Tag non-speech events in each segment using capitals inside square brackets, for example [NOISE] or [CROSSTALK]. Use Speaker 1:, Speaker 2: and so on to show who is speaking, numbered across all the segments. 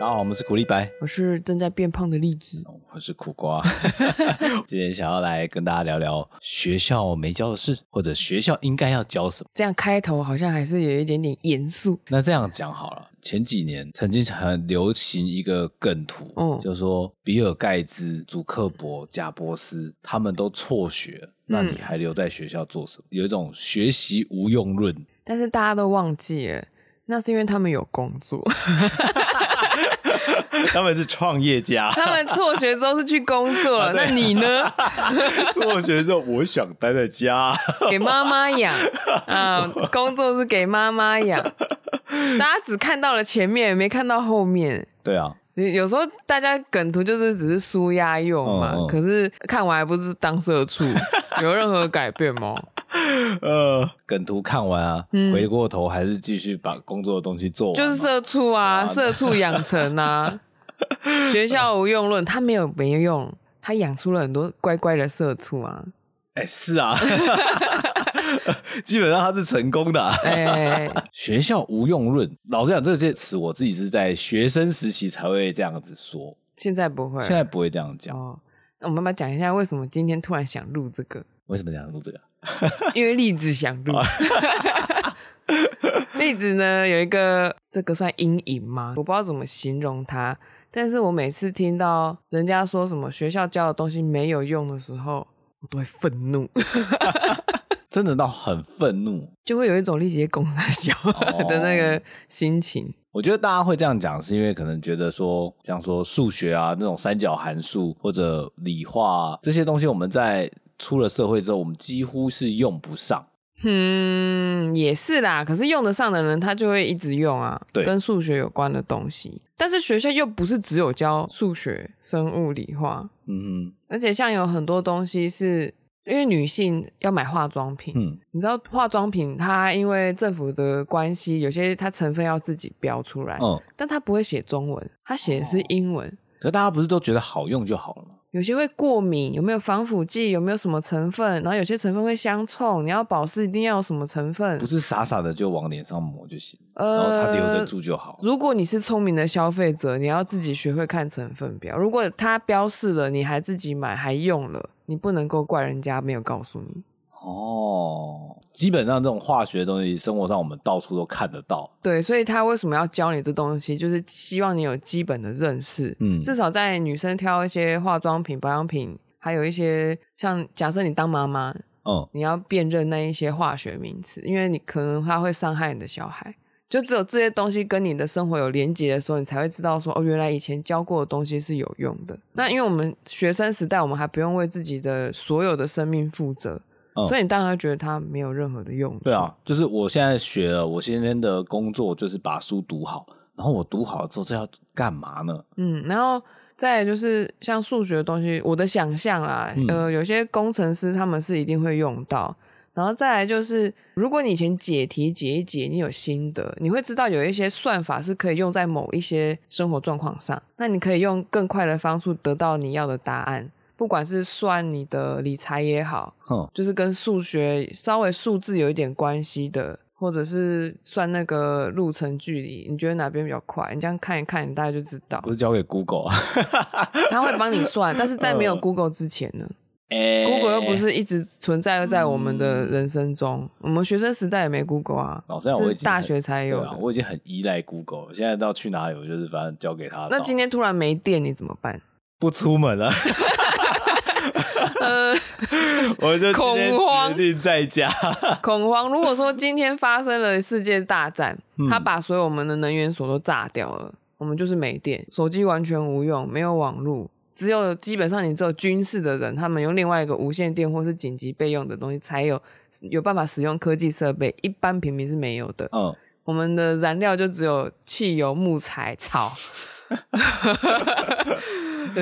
Speaker 1: 大家好，我们是苦力白，
Speaker 2: 我是正在变胖的栗子。
Speaker 1: 我是苦瓜。 [LAUGHS] 今天想要来跟大家聊聊学校没教的事，或者学校应该要教什么。
Speaker 2: 这样开头好像还是有一点点严肃。
Speaker 1: 那这样讲好了，前几年曾经很流行一个梗图，
Speaker 2: 嗯
Speaker 1: 就说比尔盖茨、祖克伯、贾伯斯他们都辍学，那你还留在学校做什么？有一种学习无用论。
Speaker 2: 但是大家都忘记了，那是因为他们有工作，
Speaker 1: [LAUGHS]
Speaker 2: [LAUGHS]
Speaker 1: 他们是创业 [LAUGHS] 家，
Speaker 2: 他们辍学之后是去工作了。
Speaker 1: 啊对
Speaker 2: 那你呢？
Speaker 1: 辍学之后，我想待在家。
Speaker 2: 给妈妈
Speaker 1: [LAUGHS]
Speaker 2: 养啊，工作是给妈妈养。大家只看到了前面，没看到后面。
Speaker 1: 对啊，
Speaker 2: 有有时候大家梗图就是只是舒压用嘛，
Speaker 1: 嗯嗯
Speaker 2: 可是看完还不是当社畜，有任何改变吗？
Speaker 1: 呃，梗图看完啊，回过头还是继续把工作的东西做完嘛，
Speaker 2: 嗯就是社畜啊，社畜养成
Speaker 1: [LAUGHS]
Speaker 2: 啊，学校无用论，他没有没用，他养出了很多乖乖的社畜啊。
Speaker 1: 哎，是啊， [LAUGHS] 基本上他是成功的啊、
Speaker 2: 哎、
Speaker 1: 学校无用论，老实讲，这些词我自己是在学生时期才会这样子说，
Speaker 2: 现在不会。
Speaker 1: 现在不会这样讲。
Speaker 2: 哦，那我们慢慢讲一下为什么今天突然想录这个，
Speaker 1: 为什么想录这个？
Speaker 2: 因为栗子想
Speaker 1: 哦
Speaker 2: 录。 [LAUGHS] 栗子呢有一个这个算阴影吗？我不知道怎么形容它，但是我每次听到人家说什么学校教的东西没有用的时候，我都会愤怒。
Speaker 1: 真的到很愤怒。
Speaker 2: 就会有一种力竭拱傻笑 [LAUGHS] 的那个心情。
Speaker 1: 我觉得大家会这样讲，是因为可能觉得说，像说数学啊那种三角函数或者理化、啊、这些东西，我们在出了社会之后，我们几乎是用不上。
Speaker 2: 嗯，也是啦。可是用得上的人，他就会一直用啊，
Speaker 1: 对
Speaker 2: 跟数学有关的东西。但是学校又不是只有教数学、生物、理化，
Speaker 1: 嗯
Speaker 2: 而且像有很多东西是因为女性要买化妆品，
Speaker 1: 哼嗯，
Speaker 2: 你知道化妆品它因为政府的关系，有些它成分要自己标出来，
Speaker 1: 嗯。
Speaker 2: 但它不会写中文，它写的是英文。
Speaker 1: 可是大家不是都觉得好用就好了吗？
Speaker 2: 有些会过敏，有没有防腐剂，有没有什么成分，然后有些成分会相冲，你要保湿一定要有什么成分
Speaker 1: 不。是傻傻的就往脸上抹就行，然后它留得
Speaker 2: 嗯呃，
Speaker 1: 住就好。
Speaker 2: 如果你是聪明的消费者，你要自己学会看成分表。如果它标示了，你还自己买还用了，你不能够怪人家没有告诉你。
Speaker 1: 哦，基本上这种化学的东西，生活上我们到处都看得到。
Speaker 2: 对，所以他为什么要教你这东西，就是希望你有基本的认识。
Speaker 1: 嗯
Speaker 2: 至少在女生挑一些化妆品、保养品，还有一些像假设你当妈妈，
Speaker 1: 嗯，
Speaker 2: 你要辨认那一些化学名词，因为你可能它会伤害你的小孩。就只有这些东西跟你的生活有连结的时候，你才会知道说，哦，原来以前教过的东西是有用的。那因为我们学生时代，我们还不用为自己的所有的生命负责，
Speaker 1: 嗯
Speaker 2: 所以你当然会觉得它没有任何的用处。
Speaker 1: 对啊，就是我现在学了，我今天的工作就是把书读好，然后我读好了之后，这要干嘛呢？
Speaker 2: 嗯，然后再来就是像数学的东西，我的想象啦，
Speaker 1: 嗯
Speaker 2: 呃，有些工程师他们是一定会用到。然后再来就是，如果你以前解题解一解，你有心得，你会知道有一些算法是可以用在某一些生活状况上，那你可以用更快的方式得到你要的答案。不管是算你的理财也好，
Speaker 1: 哼，
Speaker 2: 就是跟数学稍微数字有一点关系的，或者是算那个路程距离，你觉得哪边比较快？你这样看一看，你大概就知道
Speaker 1: 不。是交给 Google
Speaker 2: [LAUGHS]
Speaker 1: 啊？
Speaker 2: 他会帮你算，但是在没有
Speaker 1: 嗯
Speaker 2: Google 之前呢、
Speaker 1: 哎
Speaker 2: g o o g l e 又不是一直存在在我们的人生中，我们学生时代也没 Google 啊，
Speaker 1: 老实讲我已
Speaker 2: 是
Speaker 1: 经
Speaker 2: 大学才
Speaker 1: 对
Speaker 2: 有的。
Speaker 1: 啊，我已经很依赖 Google，了现在到去哪里我就是反正交给他。
Speaker 2: 那今
Speaker 1: 天
Speaker 2: 天突然没电，你怎么
Speaker 1: [LAUGHS]
Speaker 2: 办？
Speaker 1: 不出门
Speaker 2: [LAUGHS]
Speaker 1: 了，
Speaker 2: 呃，
Speaker 1: 我就今天
Speaker 2: 恐慌
Speaker 1: 决定在家。
Speaker 2: 恐慌。如果说今天发生了世界大战，
Speaker 1: 嗯
Speaker 2: 他把所有我们的能源所都炸掉了，我们就是没电，手机完全无用，没有网络，只有基本上你只有军事的人，他们用另外一个无线电或是紧急备用的东西才有有办法使用科技设备，一般平民是没有的。
Speaker 1: 嗯，
Speaker 2: 我们的燃料就只有汽油、木材、草
Speaker 1: [LAUGHS]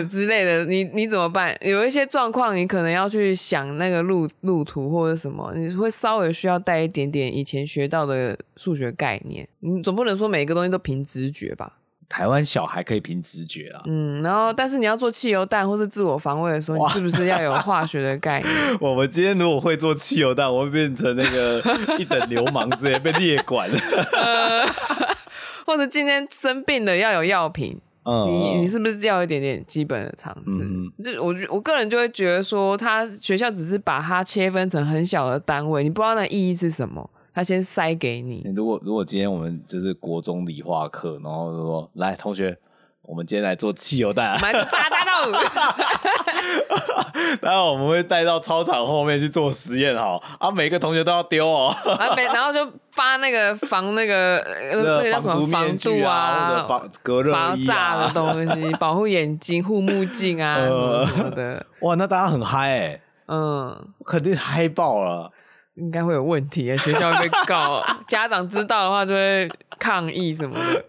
Speaker 2: 之类的，你你怎么办？有一些状况，你可能要去想那个路路途或者什么，你会稍微需要带一点点以前学到的数学概念。你总不能说每个东西都凭直觉吧？
Speaker 1: 台湾小孩可以凭直觉啊，
Speaker 2: 嗯，然后但是你要做汽油弹或是自我防卫的时候，你是不是要有化学的概念？
Speaker 1: [LAUGHS] 我们今天如果会做汽油
Speaker 2: [LAUGHS]
Speaker 1: 弹，我会变成那个一等流氓，直接被列管。
Speaker 2: 或者今天生病了要有药品，
Speaker 1: 嗯，
Speaker 2: 你你是不是要有一点点基本的常识？
Speaker 1: 嗯
Speaker 2: 就我觉我个人就会觉得说，他学校只是把它切分成很小的单位，你不知道那意义是什么，他先塞给你。
Speaker 1: 嗯你如果如果今天我们就是国中理化课，然后就说来同学，我们今天来做汽油弹、 [LAUGHS]
Speaker 2: 买就炸弹了，
Speaker 1: 然后我们会带到操场后面去做实验哈，啊，每个同学都要丢
Speaker 2: [LAUGHS]
Speaker 1: 哦，
Speaker 2: 然后没，然后就发那个防那个呃那个叫什
Speaker 1: 啊防
Speaker 2: 么
Speaker 1: 毒
Speaker 2: 防
Speaker 1: 面具啊
Speaker 2: 度
Speaker 1: 或者防隔热
Speaker 2: 防
Speaker 1: 衣
Speaker 2: 炸的
Speaker 1: 啊，
Speaker 2: 东西，保护眼睛、护目镜
Speaker 1: [LAUGHS]
Speaker 2: 啊什么
Speaker 1: 呃
Speaker 2: 什么的，
Speaker 1: 哇，那大家很嗨哎、
Speaker 2: 嗯，
Speaker 1: 肯定嗨爆了。
Speaker 2: 应该会有问题耶，学校会被告， [LAUGHS] 家长知道的话就会抗议什么的。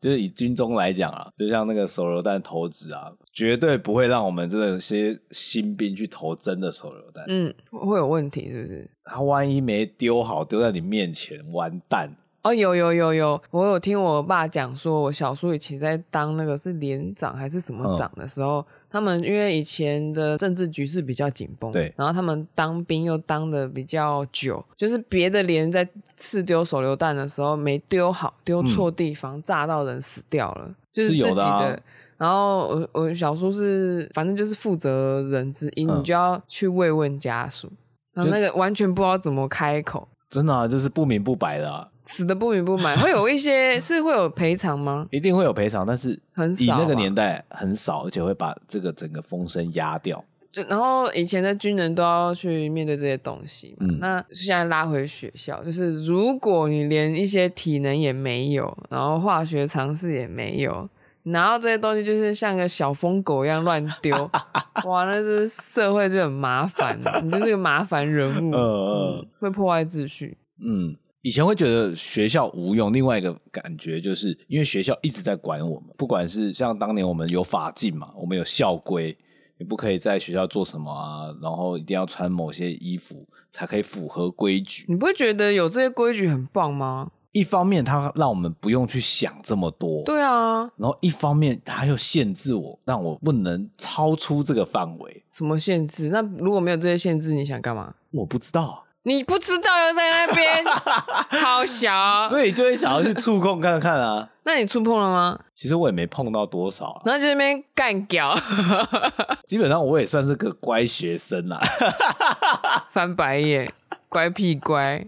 Speaker 1: 就是以军中来讲啊，就像那个手榴弹投掷啊，绝对不会让我们这些新兵去投真的手榴弹。
Speaker 2: 嗯，会有问题是不是？
Speaker 1: 他万一没丢好，丢在你面前，完蛋。
Speaker 2: 哦，有有有有，我有听我爸讲说，我小叔以前在当那个是连长还是什么
Speaker 1: 嗯
Speaker 2: 长的时候，他们因为以前的政治局势比较紧绷，
Speaker 1: 对
Speaker 2: 然后他们当兵又当的比较久，就是别的连在试丢手榴弹的时候没丢好，丢错地方，炸到人死掉了，就
Speaker 1: 嗯
Speaker 2: 是
Speaker 1: 是
Speaker 2: 自
Speaker 1: 有
Speaker 2: 己
Speaker 1: 的啊
Speaker 2: 然后我我小叔是反正就是负责人之一，
Speaker 1: 嗯
Speaker 2: 你就要去慰问家属，然后
Speaker 1: 就
Speaker 2: 那个完全不知道怎么开口，
Speaker 1: 真的、啊、就是不明不白的、啊，
Speaker 2: 死的不明不白，会有一些是会有赔偿吗？
Speaker 1: 一定会有赔偿，但是
Speaker 2: 很
Speaker 1: 以
Speaker 2: 少吧。
Speaker 1: 那个年代很少，而且会把这个整个风声压掉。
Speaker 2: 就，然后以前的军人都要去面对这些东西嘛。
Speaker 1: 嗯
Speaker 2: 那现在拉回学校，就是如果你连一些体能也没有，然后化学常识也没有，拿到这些东西就是像个小疯狗一样乱丢，哇，那是社会就很麻烦，你就是个麻烦人物，
Speaker 1: 呃
Speaker 2: 嗯，会破坏秩序。
Speaker 1: 嗯，以前会觉得学校无用，另外一个感觉就是因为学校一直在管我们，不管是像当年我们有法禁嘛，我们有校规，你不可以在学校做什么啊，然后一定要穿某些衣服才可以符合规矩。
Speaker 2: 你不会觉得有这些规矩很棒吗？
Speaker 1: 一方面，它让我们不用去想这么多，
Speaker 2: 对啊，
Speaker 1: 然后一方面它又限制我，让我不能超出这个范围。
Speaker 2: 什么限制？那如果没有这些限制，你想干嘛？
Speaker 1: 我不知道
Speaker 2: 你不知道又在
Speaker 1: [LAUGHS]
Speaker 2: 那边，好
Speaker 1: 啊，
Speaker 2: 小。哦
Speaker 1: 所以就会想要去触控看看啊。
Speaker 2: 那你触碰了吗？
Speaker 1: 其实我也没碰到多少啊，
Speaker 2: 然后 [LAUGHS] 就在那边干屌，
Speaker 1: 基本上我也算是个乖学生啊啦。
Speaker 2: 翻白眼，乖屁乖。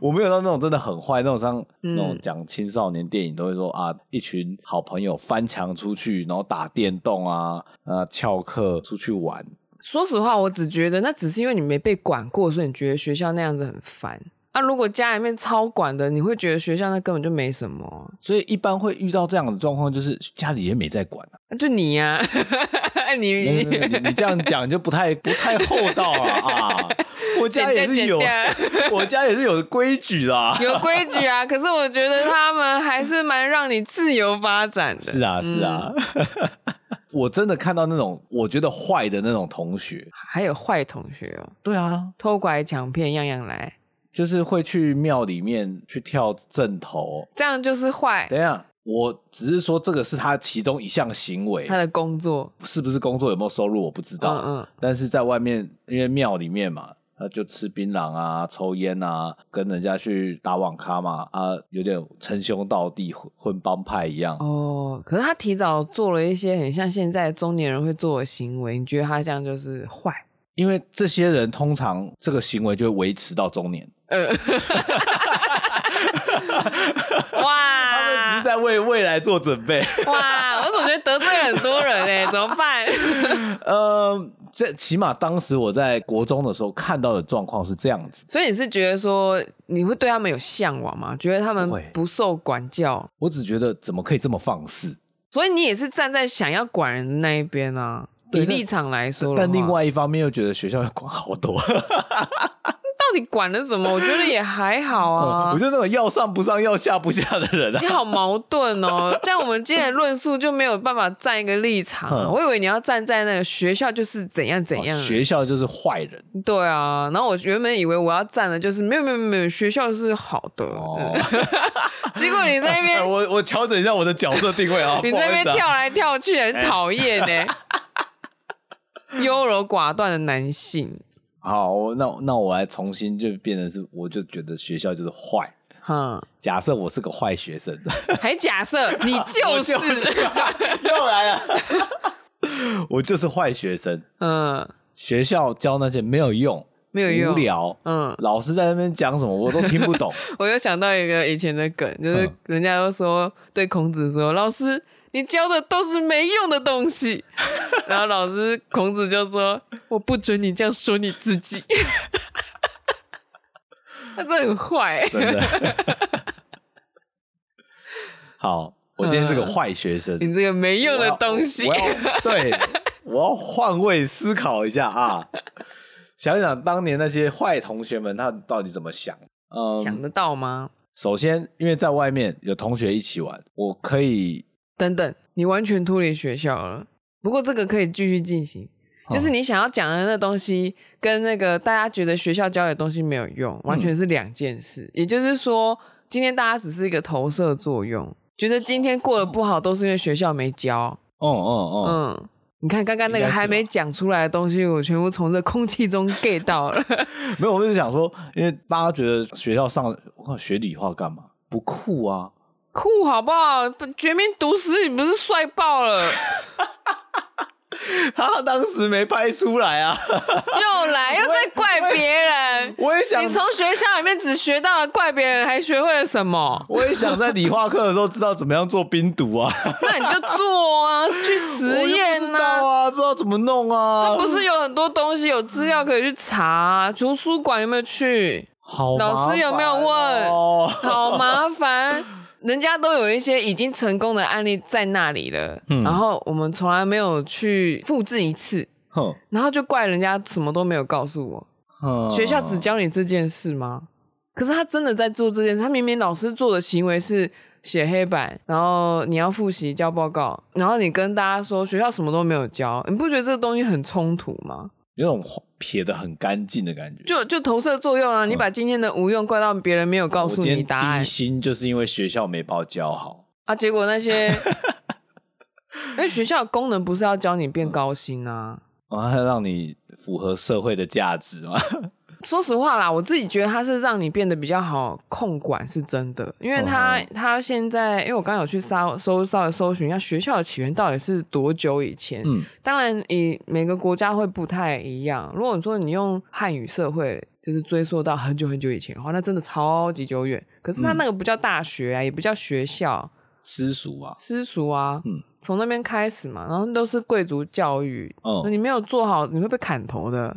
Speaker 1: 我没有到那种真的很坏，那种像那
Speaker 2: 嗯
Speaker 1: 种讲青少年电影都会说啊，一群好朋友翻墙出去，然后打电动啊，啊翘课出去玩，
Speaker 2: 说实话，我只觉得那只是因为你没被管过，所以你觉得学校那样子很烦。那、如果家里面超管的，你会觉得学校那根本就没什么啊，
Speaker 1: 所以一般会遇到这样的状况，就是家里也没在管、啊。
Speaker 2: 那就你呀、啊， [LAUGHS] 你
Speaker 1: 你
Speaker 2: 你
Speaker 1: 你你这样讲就不太不太厚道了啊！我家也是有
Speaker 2: 剪，
Speaker 1: [LAUGHS]
Speaker 2: 掉剪
Speaker 1: 我家也是有规矩的、啊。
Speaker 2: 有规矩啊。可是我觉得他们还是蛮让你自由发展的。
Speaker 1: 是啊，是啊。
Speaker 2: 嗯
Speaker 1: [LAUGHS] 我真的看到那种我觉得坏的那种同学，
Speaker 2: 还有坏同学哦，
Speaker 1: 对啊，
Speaker 2: 偷拐抢骗样样来，
Speaker 1: 就是会去庙里面去跳正头，
Speaker 2: 这样就是坏
Speaker 1: 等一下，我只是说这个是他其中一项行为
Speaker 2: 他，的工作。
Speaker 1: 是不是工作有没有收入我不知道，
Speaker 2: 嗯嗯，
Speaker 1: 但是在外面因为庙里面嘛。他就吃槟榔啊，抽烟啊，跟人家去打网咖嘛，啊，有点称兄道弟、混混帮派一样。
Speaker 2: 哦，可是他提早做了一些很像现在中年人会做的行为，你觉得他这样就是坏？
Speaker 1: 因为这些人通常这个行为就会维持到中年，
Speaker 2: 呃，
Speaker 1: [LAUGHS]
Speaker 2: 啊
Speaker 1: 他们只
Speaker 2: 哇
Speaker 1: 是在为未来做准备。 [LAUGHS]
Speaker 2: 哇，我总觉得得罪很多人哎、怎么办？ [LAUGHS]
Speaker 1: 呃，这起码当时我在国中的时候看到的状况是这样子。
Speaker 2: 所以你是觉得说你会对他们有向往吗？觉得他们
Speaker 1: 不会
Speaker 2: 不受管教，
Speaker 1: 我只觉得怎么可以这么放肆？
Speaker 2: 所以你也是站在想要管人的那一边啊？
Speaker 1: 对
Speaker 2: 以
Speaker 1: 但
Speaker 2: 立场来说的
Speaker 1: 但另
Speaker 2: 话
Speaker 1: 外一方面又觉得学校要管好多，
Speaker 2: 到底管了什么？我觉得也还好 [LAUGHS] 啊。
Speaker 1: 哦 [LAUGHS] 我觉得那种要上不上要下不下的人
Speaker 2: [LAUGHS] 你
Speaker 1: 啊，
Speaker 2: 好矛盾哦！ [LAUGHS] 这样我们今天的论述就没有办法站一个立场啊、
Speaker 1: 嗯哦
Speaker 2: 我以为你要站在那个学校就是怎样怎样，
Speaker 1: 学校就是坏人
Speaker 2: 对啊。然后我原本以为我要站的就是没有没有没有，学校是好的。
Speaker 1: 哦。
Speaker 2: 嗯 [LAUGHS] 结果你在那 [LAUGHS] 边
Speaker 1: [LAUGHS] 我我调整一下我的角色定位啊，
Speaker 2: [LAUGHS] 你
Speaker 1: 不好
Speaker 2: 这
Speaker 1: 意
Speaker 2: 边
Speaker 1: 思啊
Speaker 2: 跳来跳去，很讨厌
Speaker 1: [LAUGHS]
Speaker 2: 呢。优柔寡断的男性
Speaker 1: 好，那那我来重新就变成是，我就觉得学校就是坏，
Speaker 2: 哼，
Speaker 1: 假设我是个坏学
Speaker 2: [LAUGHS]
Speaker 1: 生，
Speaker 2: 还假设你就
Speaker 1: [LAUGHS] 我
Speaker 2: 是，
Speaker 1: 又来了， [LAUGHS] 我就是坏学生。
Speaker 2: 嗯，
Speaker 1: 学校教那些没有用，
Speaker 2: 没有用
Speaker 1: 无聊。
Speaker 2: 嗯，
Speaker 1: 老师在那边讲什么我都听不懂，
Speaker 2: 我又想到一个以前的梗，就是
Speaker 1: 嗯
Speaker 2: 人家都说对孔子说：“老师，你教的都是没用的东西。”
Speaker 1: [LAUGHS]
Speaker 2: 然后老师孔子就说：“我不准你这样说你自己。”他真的很坏、欸，
Speaker 1: 真的。
Speaker 2: [LAUGHS]
Speaker 1: 好，我今天是个坏学生，
Speaker 2: 你这个没用
Speaker 1: 我
Speaker 2: 的
Speaker 1: 要
Speaker 2: 东西
Speaker 1: 我。要
Speaker 2: [LAUGHS]
Speaker 1: 对，我要换位思考一下啊，想想当年那些坏同学们，他到底怎么想？
Speaker 2: 想
Speaker 1: 嗯，
Speaker 2: 得到吗？
Speaker 1: 首先，因为在外面有同学一起玩，我可以
Speaker 2: 等等，你完全脱离学校了。不过这个可以继续进行，
Speaker 1: 哦
Speaker 2: 就是你想要讲的那东西跟那个大家觉得学校教的东西没有用，完全是两件事。也就是说，今天大家只是一个投射作用，觉得今天过得不好都是因为学校没教。
Speaker 1: 哦哦哦，
Speaker 2: 嗯，你看刚刚那
Speaker 1: 应
Speaker 2: 个
Speaker 1: 该是吧
Speaker 2: 还没讲出来的东西，我全部从这空气中 get 到了。
Speaker 1: 没有，我就是想说，因为大家觉得学校上我靠学理化干嘛不酷
Speaker 2: [LAUGHS]
Speaker 1: 啊？
Speaker 2: 酷好不好？不绝命毒师，你不是帅爆了？
Speaker 1: 他当时没拍出来啊，
Speaker 2: 又来，又在怪别人。
Speaker 1: 我也想？
Speaker 2: 你，从学校里面只学到了怪别人，还学会了什么
Speaker 1: 我也想在理化课的时候知道怎么样做冰毒啊，
Speaker 2: [LAUGHS] 那你就做啊，去实验
Speaker 1: 呢、
Speaker 2: 呐、啊。
Speaker 1: 啊，不知道怎么弄啊，
Speaker 2: 不是有很多东西有资料可以去查、啊，图书馆有没有去？
Speaker 1: 好麻烦哦、
Speaker 2: 老师有没有问好麻烦，人家都有一些已经成功的案例在那里了，
Speaker 1: 嗯
Speaker 2: 然后我们从来没有去复制一次，
Speaker 1: 哼？
Speaker 2: 然后就怪人家什么都没有告诉我。
Speaker 1: 哼
Speaker 2: 学校只
Speaker 1: 嗯
Speaker 2: 教你这件事吗？可是他真的在做这件事，他明明老师做的行为是写黑板，然后你要复习交报告，然后你跟大家说学校什么都没有教，你不觉得这个东西很冲突吗？
Speaker 1: 有种撇的很干净的感觉。
Speaker 2: 就就投射作用啊，你把今天的无用怪到别人没有告
Speaker 1: 嗯我
Speaker 2: 诉
Speaker 1: 今
Speaker 2: 你
Speaker 1: 天
Speaker 2: 答案
Speaker 1: 低薪就是因为学校没把我教好。
Speaker 2: 啊，结果
Speaker 1: [LAUGHS]
Speaker 2: 那些，因为学校的功能不是要教你变高薪啊。
Speaker 1: 然后让你符合社会的价值嘛？
Speaker 2: 说实话啦，我自己觉得它是让你变得比较好控管，是真的。因为它
Speaker 1: 哦
Speaker 2: 它现在，因为我刚刚有去搜搜稍微搜寻一下学校的起源到底是多久以前。
Speaker 1: 嗯，
Speaker 2: 当然，以每个国家会不太一样。如果你说你用汉语社会，就是追溯到很久很久以前的话，那真的超级久远。可是它
Speaker 1: 嗯
Speaker 2: 那个不叫大学啊，也不叫学校，
Speaker 1: [LAUGHS] 私塾啊，
Speaker 2: 私塾啊，
Speaker 1: 嗯
Speaker 2: 从那边开始嘛，然后都是贵族教育，
Speaker 1: 嗯
Speaker 2: 那你没有做好，你会被砍头的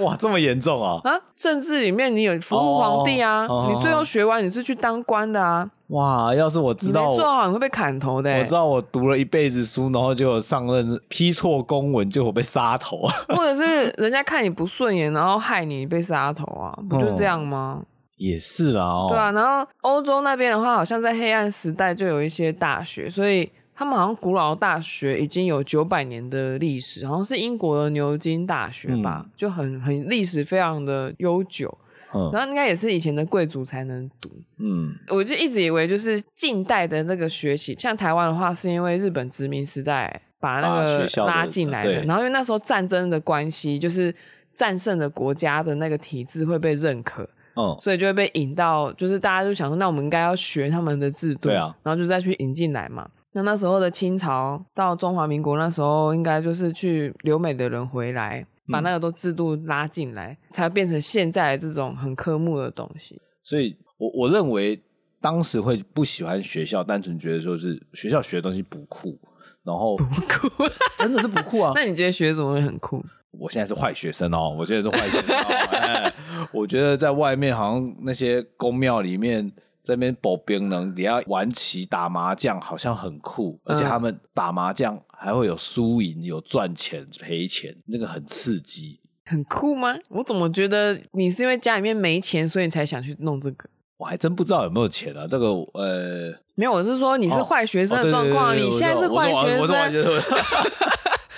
Speaker 1: 哇，这么严重啊！
Speaker 2: 啊！政治里面你有服务皇帝啊，
Speaker 1: 哦哦哦
Speaker 2: 你最后学完你是去当官的啊，
Speaker 1: 哇，要是我知
Speaker 2: 你
Speaker 1: 道
Speaker 2: 没做
Speaker 1: 我，
Speaker 2: 好你会被砍头的、欸
Speaker 1: 我知道我读了一辈子书，然后结果上任批错公文，结果被杀头啊！
Speaker 2: 或者是人家看你不顺眼，然后害你被杀头啊，不就这样吗？
Speaker 1: 也是啦，哦，
Speaker 2: 对啊，然后欧洲那边的话，好像在黑暗时代就有一些大学，所以他们好像古老的大学已经有九百年的历史，好像是英国的牛津大学吧，就很很历史非常的悠久，
Speaker 1: 嗯
Speaker 2: 然后应该也是以前的贵族才能读。
Speaker 1: 嗯
Speaker 2: 我就一直以为就是近代的那个学习，像台湾的话，是因为日本殖民时代把那
Speaker 1: 把
Speaker 2: 个
Speaker 1: 学校的
Speaker 2: 拉进来的，
Speaker 1: 对
Speaker 2: 然后因为那时候战争的关系，就是战胜的国家的那个体制会被认可。
Speaker 1: 嗯，
Speaker 2: 所以就会被引到，就是大家就想说，那我们应该要学他们的制度，
Speaker 1: 对啊，
Speaker 2: 然后就再去引进来嘛。那那时候的清朝到中华民国那时候，应该就是去留美的人回来，
Speaker 1: 嗯
Speaker 2: 把那个都制度拉进来，才变成现在这种很科目的东西。
Speaker 1: 所以我我认为当时会不喜欢学校，单纯觉得说是学校学的东西不酷，然后
Speaker 2: 酷，
Speaker 1: [LAUGHS] 真的是不酷啊！
Speaker 2: 那你觉得学什么会很酷？
Speaker 1: 我现在是坏学生哦，我现在是坏学生、哦哎。我觉得在外面好像那些宫庙里面这边保冰人，你要玩棋打麻将，好像很酷，而且
Speaker 2: 嗯
Speaker 1: 他们打麻将还会有输赢，有赚钱赔钱，那个很刺激。
Speaker 2: 很酷吗？我怎么觉得你是因为家里面没钱，所以你才想去弄这个？
Speaker 1: 我还真不知道有没有钱啊，这个呃，
Speaker 2: 没有，我是说你是
Speaker 1: 哦
Speaker 2: 坏学生
Speaker 1: 哦
Speaker 2: 的
Speaker 1: 对
Speaker 2: 状况，
Speaker 1: 对对
Speaker 2: 你
Speaker 1: 对
Speaker 2: 现在
Speaker 1: 我
Speaker 2: 是
Speaker 1: 知道
Speaker 2: 坏
Speaker 1: 我
Speaker 2: 学
Speaker 1: 是坏
Speaker 2: 生，
Speaker 1: 学生。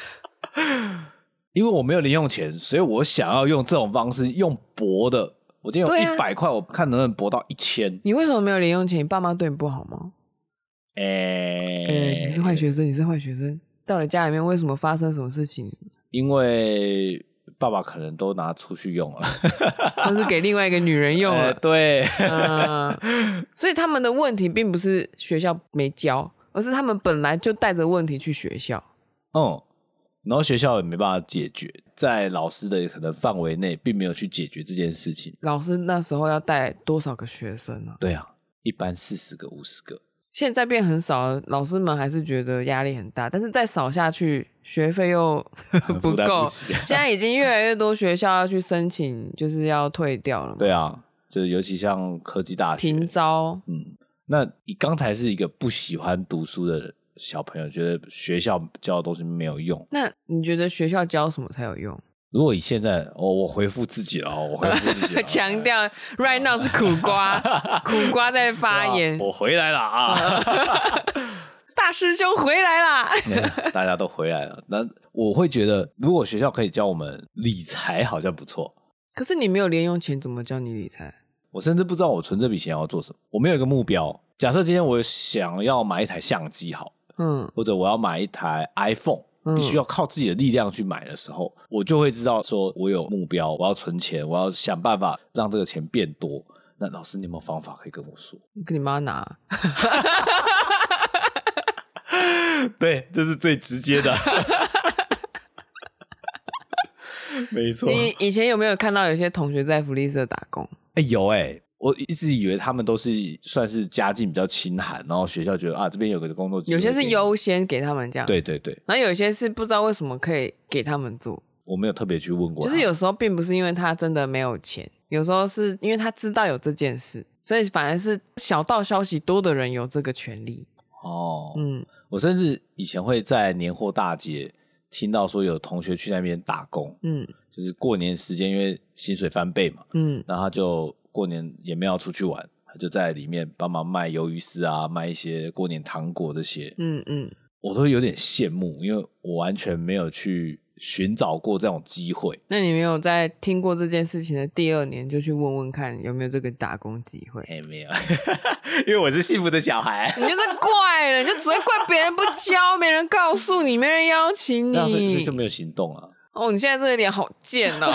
Speaker 2: [LAUGHS]
Speaker 1: 因为我没有零用钱，所以我想要用这种方式，用博的。我今天
Speaker 2: 对
Speaker 1: 有
Speaker 2: 啊
Speaker 1: 一百块，我看能不能博到一千。
Speaker 2: 你为什么没有零用钱？你爸妈对你不好吗？
Speaker 1: 哎、
Speaker 2: 哎、你是坏学生，你是坏学生。到了家里面，为什么发生什么事情？
Speaker 1: 因为爸爸可能都拿出去用了，
Speaker 2: 都是给另外一个女人 [LAUGHS] 用
Speaker 1: 哎
Speaker 2: 了。
Speaker 1: 对， [LAUGHS]
Speaker 2: 嗯，所以他们的问题并不是学校没教，而是他们本来就带着问题去学校。
Speaker 1: 嗯，然后学校也没办法解决，在老师的可能范围内，并没有去解决这件事情。
Speaker 2: 老师那时候要带多少个学生呢、
Speaker 1: 对啊，一般四十个、五十个，
Speaker 2: 现在变很少了，老师们还是觉得压力很大，但是再少下去，学费又
Speaker 1: 负
Speaker 2: 不
Speaker 1: 担
Speaker 2: 够。
Speaker 1: 起。啊
Speaker 2: 现在已经越来越多学校要去申请，就是要退掉了嘛，
Speaker 1: 对啊，就是尤其像科技大学，
Speaker 2: 嗯停招。
Speaker 1: 嗯，那你刚才是一个不喜欢读书的小朋友，觉得学校教的东西没有用。
Speaker 2: 那你觉得学校教什么才有用？，
Speaker 1: 如果以现在，哦，我回复自己了哦，我回复自己了
Speaker 2: [LAUGHS]
Speaker 1: 啊
Speaker 2: 强调 right now 是苦瓜，苦瓜在发
Speaker 1: [LAUGHS]
Speaker 2: 言
Speaker 1: 啊，我回来了
Speaker 2: [LAUGHS]
Speaker 1: 啊。
Speaker 2: 大师兄回来
Speaker 1: [LAUGHS]
Speaker 2: 啦。
Speaker 1: 大家都回来了。那我会觉得，如果学校可以教我们理财，好像不错。
Speaker 2: 可是你没有零用钱，怎么教你理财？
Speaker 1: 我甚至不知道我存这笔钱要做什么，我没有一个目标。假设今天我想要买一台相机，好，
Speaker 2: 嗯，
Speaker 1: 或者我要买一台 iPhone，
Speaker 2: 嗯
Speaker 1: 必须要靠自己的力量去买的时候，我就会知道说我有目标，我要存钱，我要想办法让这个钱变多。那老师，你有没有方法可以跟我说？
Speaker 2: 你跟你妈拿。
Speaker 1: [LAUGHS] 对，这是最直接的。 [LAUGHS] 没错
Speaker 2: 你以前有没有看到有些同学在福利社打工？
Speaker 1: 哎、有哎、我一直以为他们都是算是家境比较清寒，然后学校觉得啊，这边有个工作机会
Speaker 2: 有些是
Speaker 1: 给你，
Speaker 2: 优先给他们这样，
Speaker 1: 对对对，
Speaker 2: 然后有些是不知道为什么可以给他们做，
Speaker 1: 我没有特别去问过
Speaker 2: 就
Speaker 1: 他，
Speaker 2: 是有时候并不是因为他真的没有钱，有时候是因为他知道有这件事，所以反而是小道消息多的人有这个权利。
Speaker 1: 哦，
Speaker 2: 嗯，
Speaker 1: 我甚至以前会在年货大街听到说有同学去那边打工，
Speaker 2: 嗯
Speaker 1: 就是过年时间，因为薪水翻倍嘛，
Speaker 2: 嗯，
Speaker 1: 然后他就过年也没有出去玩，他就在里面帮忙卖鱿鱼丝啊，卖一些过年糖果这些，
Speaker 2: 嗯嗯，
Speaker 1: 我都有点羡慕，因为我完全没有去寻找过这种机会。
Speaker 2: 那你没有在听过这件事情的第二年就去问问看有没有这个打工机会？
Speaker 1: 哎、没有， [LAUGHS] 因为我是幸福的小孩。
Speaker 2: 你就是怪了，你就只会怪别人不教，没人告诉你，没人邀
Speaker 1: [LAUGHS]
Speaker 2: 请
Speaker 1: 那所以所以
Speaker 2: 你
Speaker 1: 就。没有行动啊。
Speaker 2: 哦，你现在这个脸好贱
Speaker 1: [LAUGHS]
Speaker 2: 哦。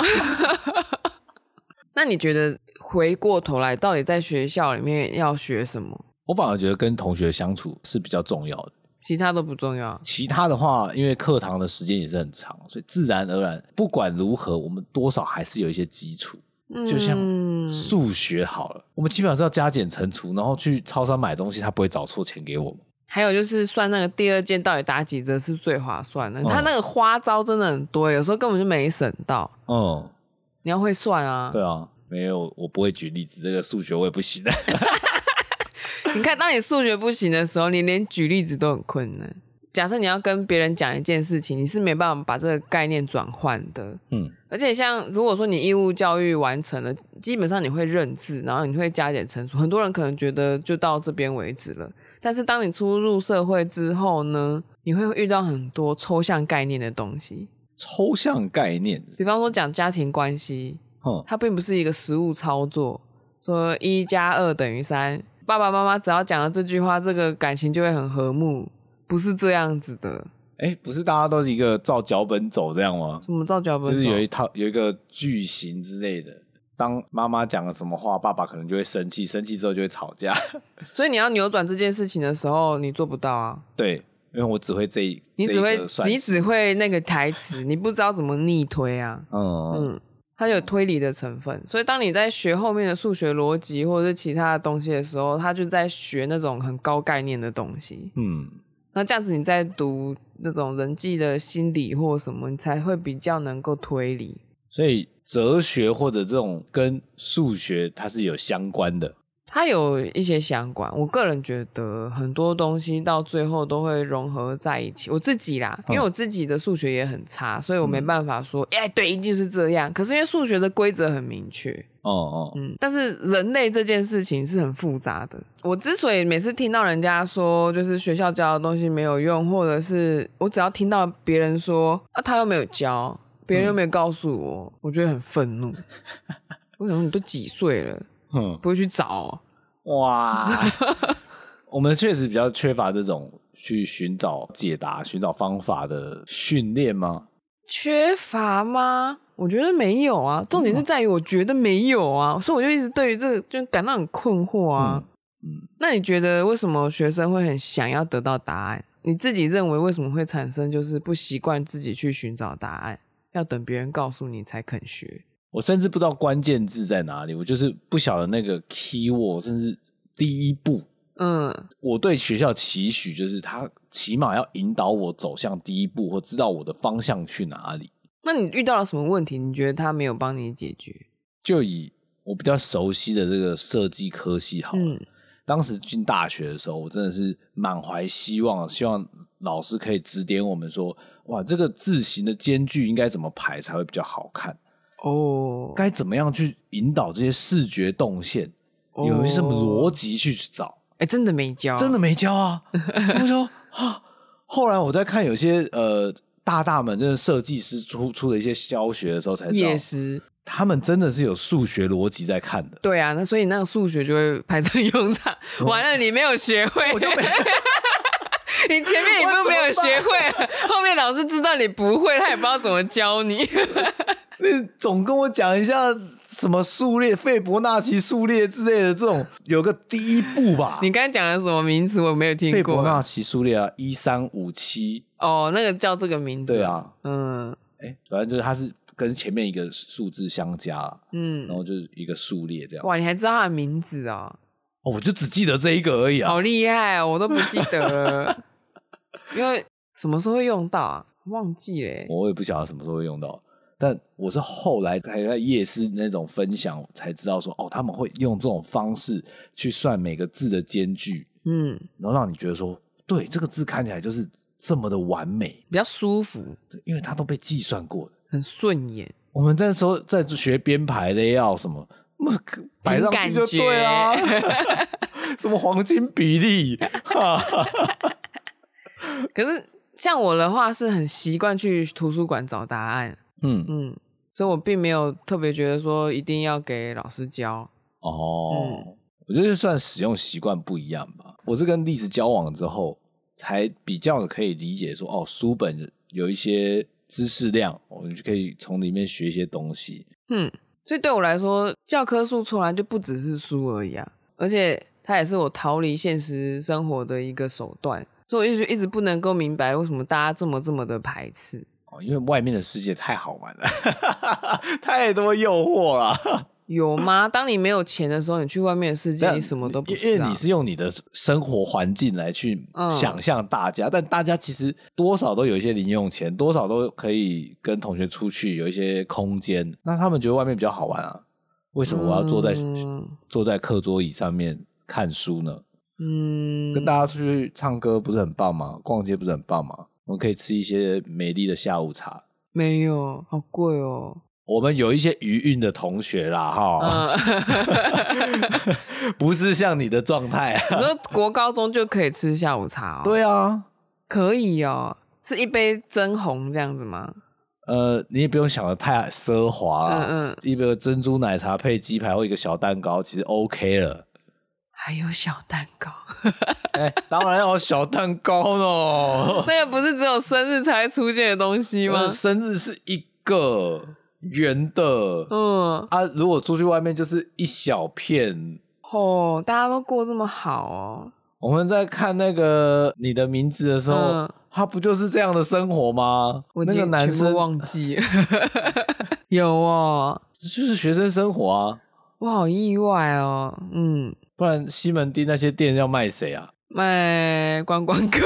Speaker 2: 那你觉得回过头来，到底在学校里面要学什么？
Speaker 1: 我反而觉得跟同学相处是比较重要的，
Speaker 2: 其他都不重要。
Speaker 1: 其他的话，因为课堂的时间也是很长，所以自然而然，不管如何，我们多少还是有一些基础。就像
Speaker 2: 嗯
Speaker 1: 数学好了，我们基本上是要加减乘除，然后去超商买东西，他不会找错钱给我们。
Speaker 2: 还有就是算那个第二件到底打几折是最划算的。
Speaker 1: 哦
Speaker 2: 他那个花招真的很多，有时候根本就没省到。
Speaker 1: 嗯，
Speaker 2: 你要会算啊！
Speaker 1: 对啊，没有，我不会举例子，这个数学我也不行的。
Speaker 2: 你看，当你数学不行的时候，你连举例子都很困难。假设你要跟别人讲一件事情，你是没办法把这个概念转换的。
Speaker 1: 嗯，
Speaker 2: 而且像如果说你义务教育完成了，基本上你会认字，然后你会加减乘除。很多人可能觉得就到这边为止了，但是当你出入社会之后呢，你会遇到很多抽象概念的东西。
Speaker 1: 抽象概念，
Speaker 2: 比方说讲家庭关系，
Speaker 1: 哼，
Speaker 2: 它并不是一个实物操作，说一加二等于三，爸爸妈妈只要讲了这句话，这个感情就会很和睦，不是这样子的。
Speaker 1: 哎、不是大家都是一个照脚本走这样吗？
Speaker 2: 什么造脚本？
Speaker 1: 就是有一套有一个句型之类的。当妈妈讲了什么话，爸爸可能就会生气，生气之后就会吵架。
Speaker 2: 所以你要扭转这件事情的时候，你做不到啊。
Speaker 1: 对，因为我只会这一，
Speaker 2: 你只
Speaker 1: 这一
Speaker 2: 会
Speaker 1: 个算
Speaker 2: 你只会那个台词，你不知道怎么逆推啊。
Speaker 1: 嗯
Speaker 2: 嗯，它有推理的成分，所以当你在学后面的数学逻辑或者是其他的东西的时候，他就在学那种很高概念的东西。
Speaker 1: 嗯，
Speaker 2: 那这样子你在读那种人际的心理或什么，你才会比较能够推理。
Speaker 1: 所以哲学或者这种跟数学它是有相关的。
Speaker 2: 它有一些相关，我个人觉得很多东西到最后都会融合在一起。我自己啦，因为我自己的数学也很差，所以我没办法说，哎、对，一定是这样。可是因为数学的规则很明确，
Speaker 1: 哦哦，
Speaker 2: 嗯，但是人类这件事情是很复杂的。我之所以每次听到人家说，就是学校教的东西没有用，或者是我只要听到别人说啊，他又没有教，别人又没有告诉我，我觉得很愤怒。为什么你都几岁了，
Speaker 1: 嗯，
Speaker 2: 不会去找哦、 [LAUGHS]
Speaker 1: 哇，我们确实比较缺乏这种去寻找解答、寻找方法的训练吗？
Speaker 2: 缺乏吗？我觉得没有啊，重
Speaker 1: 嗯
Speaker 2: 点就在于我觉得没有啊，所以我就一直对于这个就感到很困惑啊。
Speaker 1: 嗯嗯
Speaker 2: 那你觉得为什么学生会很想要得到答案？你自己认为为什么会产生就是不习惯自己去寻找答案，要等别人告诉你才肯学？
Speaker 1: 我甚至不知道关键字在哪里，我就是不晓得那个 keyword，甚至第一步。
Speaker 2: 嗯
Speaker 1: 我对学校期许就是，他起码要引导我走向第一步，或知道我的方向去哪里。
Speaker 2: 那你遇到了什么问题？你觉得他没有帮你解决？
Speaker 1: 就以我比较熟悉的这个设计科系好了，
Speaker 2: 嗯
Speaker 1: 当时进大学的时候，我真的是满怀希望，希望老师可以指点我们说，哇，这个字形的间距应该怎么排才会比较好看，
Speaker 2: 哦，
Speaker 1: 该怎么样去引导这些视觉动线，有什么逻
Speaker 2: 辑？
Speaker 1: 辑去找，
Speaker 2: 哎、哦真的没教，
Speaker 1: 真的没教啊。我说啊，后来我在看有些呃大大们，真的设计师出出的一些教学的时候，才知道
Speaker 2: 夜师。
Speaker 1: 他们真的是有数学逻辑在看的。
Speaker 2: 对啊，那所以那个数学就会派上用场。完了，你没有学会，
Speaker 1: 我就没
Speaker 2: 你前面一
Speaker 1: 我
Speaker 2: 步
Speaker 1: 怎么
Speaker 2: 没有学会了，后面老师知道你不会，他也不知道怎么教你。 [LAUGHS]
Speaker 1: 你总跟我讲一下什么数列、费伯纳奇数列之类的这种，有个第一步吧。
Speaker 2: 你刚才讲的什么名词我没有听
Speaker 1: 费伯纳
Speaker 2: 过？
Speaker 1: 奇数列啊，一三五七，
Speaker 2: 哦，那个叫这个名字。
Speaker 1: 对，啊，
Speaker 2: 嗯
Speaker 1: 哎、反正就是它是跟前面一个数字相加啦，然
Speaker 2: 嗯，
Speaker 1: 后就是一个数列这样。
Speaker 2: 哇，你还知道他的名字哦，
Speaker 1: 哦，我就只记得这一个而已啊。
Speaker 2: 好厉害哦，我都不记得了， [LAUGHS] 因为什么时候会用到啊？忘记嘞。
Speaker 1: 我也不晓得什么时候会用到，但我是后来才在夜市那种分享我才知道说，哦，他们会用这种方式去算每个字的间距，
Speaker 2: 嗯，
Speaker 1: 然后让你觉得说，对，这个字看起来就是这么的完美，
Speaker 2: 比较舒服，
Speaker 1: 对因为它都被计算过的。
Speaker 2: 很顺眼。
Speaker 1: 我们那时候在学编排 layout 什么，那个摆上去就对啊，什么黄金比例，哈哈
Speaker 2: 可是像我的话，是很习惯去图书馆找答案，
Speaker 1: 嗯，
Speaker 2: 嗯，所以我并没有特别觉得说一定要给老师教。
Speaker 1: 哦，我觉得算使用习惯不一样吧。我是跟栗子交往之后，才比较可以理解说，哦，书本有一些知识量，我们就可以从里面学一些东西。
Speaker 2: 嗯所以对我来说，教科书出来就不只是书而已啊，而且它也是我逃离现实生活的一个手段。所以我一直一直不能够明白为什么大家这么这么的排斥。
Speaker 1: 哦，因为外面的世界太好玩了， [LAUGHS] 太多诱惑了。
Speaker 2: 有吗？当你没有钱的时候，你去外面的世界，
Speaker 1: 但
Speaker 2: 你什么都不
Speaker 1: 因
Speaker 2: 是、啊。
Speaker 1: 因为你是用你的生活环境来去
Speaker 2: 嗯
Speaker 1: 想象大家，但大家其实多少都有一些零用钱，多少都可以跟同学出去，有一些空间。那他们觉得外面比较好玩啊，为什么我要坐在、
Speaker 2: 嗯
Speaker 1: 坐在课桌椅上面看书呢？
Speaker 2: 嗯
Speaker 1: 跟大家出去唱歌不是很棒吗？逛街不是很棒吗？我们可以吃一些美丽的下午茶。
Speaker 2: 没有，好贵哦。
Speaker 1: [LAUGHS] 我们有一些余韵的同学啦，哈，
Speaker 2: 嗯，
Speaker 1: [LAUGHS] 不是像你的状态、
Speaker 2: [LAUGHS]
Speaker 1: 啊。
Speaker 2: [LAUGHS] 你说国高中就可以吃下午茶、哦？，
Speaker 1: 对啊，
Speaker 2: 可以哦，是一杯真红这样子吗？
Speaker 1: 呃，你也不用想的太奢华啦，
Speaker 2: 嗯嗯
Speaker 1: 一杯珍珠奶茶配鸡排或一个小蛋糕，其实 OK
Speaker 2: [LAUGHS]
Speaker 1: 了。
Speaker 2: 还有小蛋糕， [LAUGHS]
Speaker 1: 哎、当然要有小蛋糕
Speaker 2: [LAUGHS]
Speaker 1: 喽，
Speaker 2: 那个不是只有生日才会出现的东西
Speaker 1: 我
Speaker 2: 吗
Speaker 1: 的？生日是一个圆的、
Speaker 2: 嗯，
Speaker 1: 啊，如果出去外面就是一小片。
Speaker 2: 哦，大家都过这么好哦，
Speaker 1: 我们在看那个你的名字的时候，
Speaker 2: 嗯
Speaker 1: 他不就是这样的生活吗？
Speaker 2: 我已
Speaker 1: 那个
Speaker 2: 经
Speaker 1: 男
Speaker 2: 全
Speaker 1: 生
Speaker 2: 部忘记了， [LAUGHS] 有哦，
Speaker 1: 就是学生生活啊，
Speaker 2: 我好意外哦，嗯，
Speaker 1: 不然西门町那些店要卖谁啊？
Speaker 2: 卖观光客，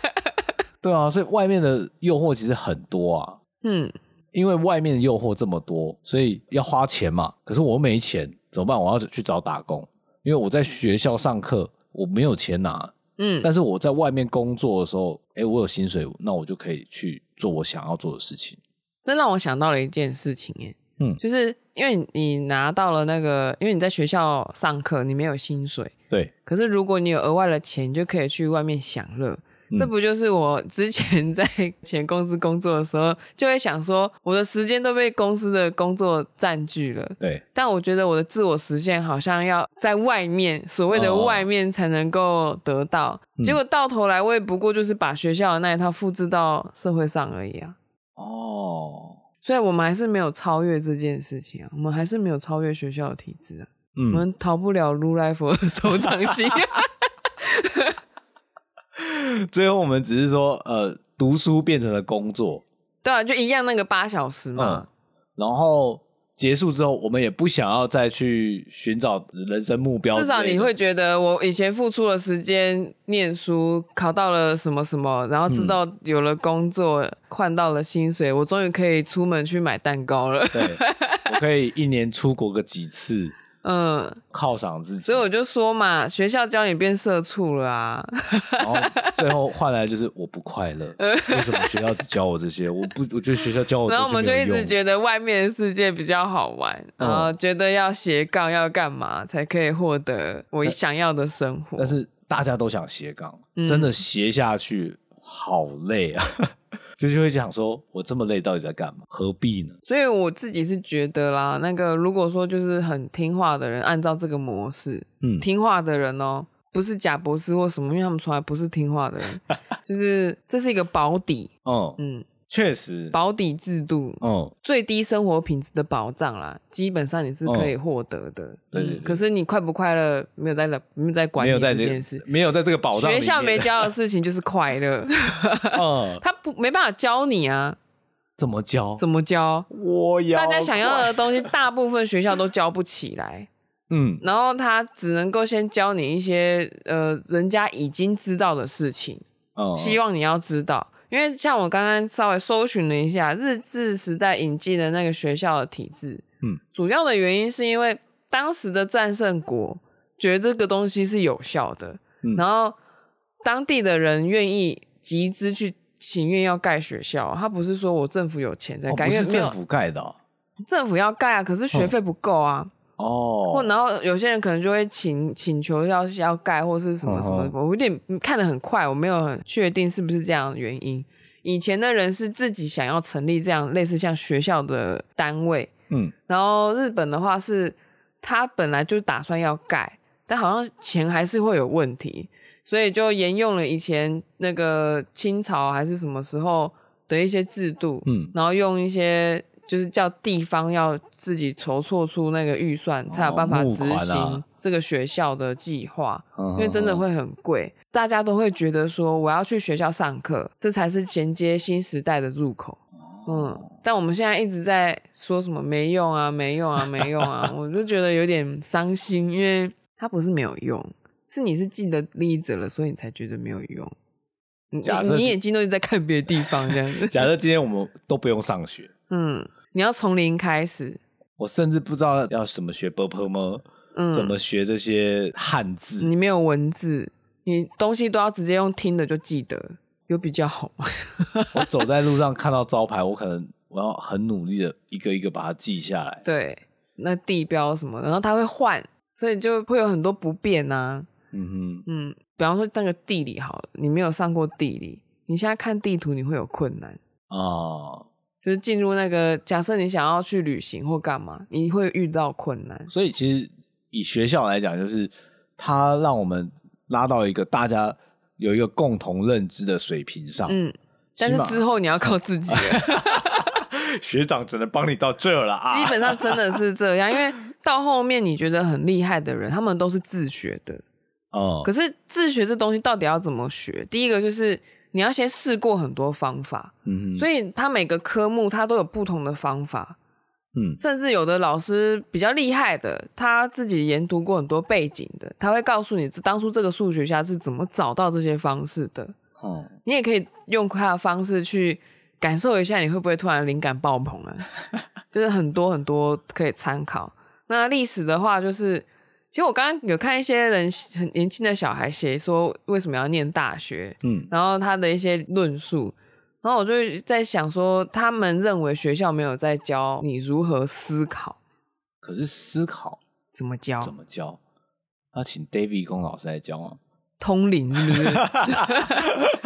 Speaker 2: [LAUGHS]
Speaker 1: 对啊，所以外面的诱惑其实很多啊。
Speaker 2: 嗯，
Speaker 1: 因为外面的诱惑这么多，所以要花钱嘛。可是我没钱怎么办？我要去找打工，因为我在学校上课我没有钱拿，
Speaker 2: 嗯，
Speaker 1: 但是我在外面工作的时候，哎，我有薪水，那我就可以去做我想要做的事情。
Speaker 2: 这让我想到了一件事情、耶，
Speaker 1: 嗯
Speaker 2: 就是因为你拿到了那个，因为你在学校上课，你没有薪水，
Speaker 1: 对，
Speaker 2: 可是如果你有额外的钱，你就可以去外面享乐。
Speaker 1: 嗯
Speaker 2: 这不就是我之前在前公司工作的时候，就会想说，我的时间都被公司的工作占据了。
Speaker 1: 对，
Speaker 2: 但我觉得我的自我实现好像要在外面，所谓的
Speaker 1: 哦
Speaker 2: 外面才能够得到。
Speaker 1: 嗯
Speaker 2: 结果到头来，我也不过就是把学校的那一套复制到社会上而已啊。
Speaker 1: 哦，
Speaker 2: 所以我们还是没有超越这件事情啊，我们还是没有超越学校的体制啊，
Speaker 1: 嗯，
Speaker 2: 我们逃不了如来佛的手掌心。啊
Speaker 1: 最后我们只是说，呃，读书变成了工作，
Speaker 2: 对啊，就一样那个八小时嘛
Speaker 1: 嗯，，然后结束之后，我们也不想要再去寻找人生目标之
Speaker 2: 至
Speaker 1: 类的，
Speaker 2: 少你会觉得我以前付出了时间念书，考到了什么什么，然后知道有了工作，换到了薪水，我终于可以出门去买蛋糕了。
Speaker 1: 对，我可以一年出国个几次，
Speaker 2: [LAUGHS] 嗯，
Speaker 1: 犒赏自己，
Speaker 2: [LAUGHS] 所以我就说嘛，学校教你变社畜了啊，
Speaker 1: 然后最后换来就是我不快乐，为什么学校只教我这些？我不，我觉得学校教我这
Speaker 2: 然
Speaker 1: 些
Speaker 2: 后我们就一直
Speaker 1: 得
Speaker 2: 觉得外面的世界比较好玩，
Speaker 1: 嗯
Speaker 2: 然后觉得要斜杠要干嘛才可以获得我想要的生活
Speaker 1: 但。是大家都想斜杠，
Speaker 2: 嗯
Speaker 1: 真的斜下去好累啊， [LAUGHS] 就是会想说，我这么累到底在干嘛？何必呢？
Speaker 2: 所以我自己是觉得啦，那个如果说就是很听话的人，按照这个模式，
Speaker 1: 嗯
Speaker 2: 听话的人哦，不是假博士或什么，因为他们从来不是听话的人，
Speaker 1: [LAUGHS]
Speaker 2: 就是这是一个保底，
Speaker 1: 嗯，
Speaker 2: 嗯，
Speaker 1: 确实，
Speaker 2: 保底制度，
Speaker 1: 嗯，
Speaker 2: 最低生活品质的保障啦，基本上你是可以获得的。
Speaker 1: 哦
Speaker 2: 嗯
Speaker 1: 对对对
Speaker 2: 可是你快不快乐，没有在没有在管
Speaker 1: 没
Speaker 2: 理
Speaker 1: 有
Speaker 2: 这
Speaker 1: 在这
Speaker 2: 件
Speaker 1: 个
Speaker 2: 事。
Speaker 1: 没有在这个保障里
Speaker 2: 学
Speaker 1: 面，
Speaker 2: 校没
Speaker 1: [LAUGHS]
Speaker 2: 教的事情就是快乐，
Speaker 1: 嗯，
Speaker 2: 他不没办法教你啊，
Speaker 1: 怎么教？
Speaker 2: 怎么教？
Speaker 1: 我要
Speaker 2: 大家想要
Speaker 1: 快
Speaker 2: 的东西，大部分学校都教不起来，
Speaker 1: 嗯
Speaker 2: 然后他只能够先教你一些呃人家已经知道的事情，
Speaker 1: 嗯，
Speaker 2: 希望你要知道，因为像我刚刚稍微搜寻了一下日治时代引进的那个学校的体制，
Speaker 1: 嗯，
Speaker 2: 主要的原因是因为当时的战胜国觉得这个东西是有效的，
Speaker 1: 嗯
Speaker 2: 然后当地的人愿意集资去情愿要盖学校，他不是说我政府有钱在
Speaker 1: 哦
Speaker 2: 盖，
Speaker 1: 不
Speaker 2: 因为
Speaker 1: 是
Speaker 2: 没有
Speaker 1: 政府嗯盖的哦
Speaker 2: 政府要盖啊，可是学费不够啊。或
Speaker 1: 哦，
Speaker 2: 然后有些人可能就会请请求要要盖或是什么什么
Speaker 1: 嗯，
Speaker 2: 我有点看得很快，我没有很确定是不是这样的原因。以前的人是自己想要成立这样类似像学校的单位，
Speaker 1: 嗯
Speaker 2: 然后日本的话是他本来就打算要盖，但好像钱还是会有问题，所以就沿用了以前那个清朝还是什么时候的一些制度，
Speaker 1: 嗯，
Speaker 2: 然后用一些就是叫地方要自己筹措出那个预算，才有办法
Speaker 1: 募
Speaker 2: 执
Speaker 1: 款啊嗯
Speaker 2: 行这个学校的计划，
Speaker 1: 因
Speaker 2: 因为真的会很贵。大家都会觉得说，我要去学校上课，这才是衔接新时代的入口。嗯，但我们现在一直在说什么没用啊，没用啊，没用啊，我就觉得有点伤心，因为它不是没有用，是你是既得利益者了，所以你才觉得没有用。嗯你
Speaker 1: 假设
Speaker 2: 你眼睛都是在看别的地方，这样子。
Speaker 1: 假设今天我们都不用上学，
Speaker 2: 嗯，你要从零开始，
Speaker 1: 我甚至不知道要怎么学 b p m，
Speaker 2: 嗯，
Speaker 1: 怎么学这些汉字。
Speaker 2: 你没有文字，你东西都要直接用听的就记得，有比较好吗？ [LAUGHS]
Speaker 1: 我走在路上看到招牌，我可能我要很努力的一个一个把它记下来。
Speaker 2: 对，那地标什么的，然后它会换，所以就会有很多不便啊。
Speaker 1: 嗯
Speaker 2: 嗯，比方说那个地理好了，你没有上过地理，你现在看地图你会有困难。
Speaker 1: 哼，哦，
Speaker 2: 就是进入那个，假设你想要去旅行或干嘛，你会遇到困难。
Speaker 1: 所以其实以学校来讲，就是它让我们拉到一个大家有一个共同认知的水平上。
Speaker 2: 嗯，但是
Speaker 1: 起码
Speaker 2: 之后你要靠自己了。
Speaker 1: [LAUGHS] 学长只能帮你到这了啊。
Speaker 2: 基本上真的是这样，
Speaker 1: [LAUGHS]
Speaker 2: 因为到后面你觉得很厉害的人，他们都是自学的。
Speaker 1: 哦，
Speaker 2: 可是自学这东西到底要怎么学？第一个就是你要先试过很多方法，
Speaker 1: 嗯哼，
Speaker 2: 所以他每个科目他都有不同的方法，
Speaker 1: 嗯
Speaker 2: 甚至有的老师比较厉害的，他自己研读过很多背景的，他会告诉你当初这个数学家是怎么找到这些方式的。
Speaker 1: 哦，
Speaker 2: 你也可以用他的方式去感受一下，你会不会突然灵感爆棚 [LAUGHS] 啊？就是很多很多可以参考。那历史的话，就是其实我刚刚有看一些人很年轻的小孩写说为什么要念大学，
Speaker 1: 嗯
Speaker 2: 然后他的一些论述，然后我就在想说，他们认为学校没有在教你如何思考，
Speaker 1: 可是思考
Speaker 2: 怎么教
Speaker 1: 怎么教？要请 David 龚老师来教啊。
Speaker 2: 通灵是不 [LAUGHS] 是？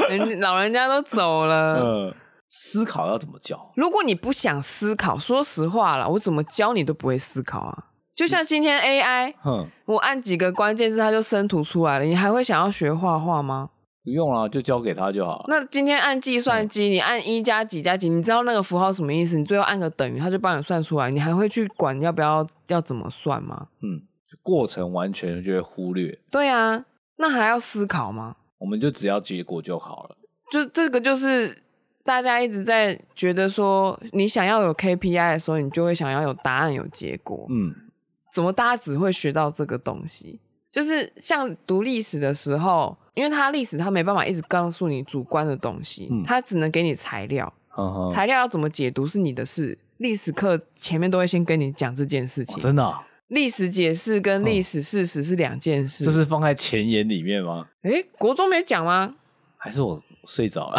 Speaker 2: 人老人家都走了，
Speaker 1: 嗯，思考要怎么教？
Speaker 2: 如果你不想思考，说实话啦，我怎么教你都不会思考啊。就像今天 AI，
Speaker 1: 哼，
Speaker 2: 我按几个关键字，它就生图出来了，你还会想要学画画吗？
Speaker 1: 不用了，就交给他就好了。
Speaker 2: 那今天按计算机，你按一加几加几，你知道那个符号什么意思，你最后按个等于，它就帮你算出来。你还会去管要不要要怎么算吗？
Speaker 1: 嗯，过程完全就会忽略，
Speaker 2: 对啊，那还要思考吗？
Speaker 1: 我们就只要结果就好了。
Speaker 2: 就这个就是大家一直在觉得说，你想要有 KPI 的时候，你就会想要有答案、有结果。
Speaker 1: 嗯，
Speaker 2: 怎么大家只会学到这个东西？就是像读历史的时候，因为它历史它没办法一直告诉你主观的东西，
Speaker 1: 嗯
Speaker 2: 它只能给你材料，
Speaker 1: 呵呵
Speaker 2: 材料要怎么解读是你的事。历史课前面都会先跟你讲这件事
Speaker 1: 哦
Speaker 2: 情，
Speaker 1: 真的啊、
Speaker 2: 历史解释跟历史事实是两件
Speaker 1: 这
Speaker 2: 事。
Speaker 1: 是放在前言里面吗？
Speaker 2: 诶，国中没讲吗？
Speaker 1: 还是我睡着了？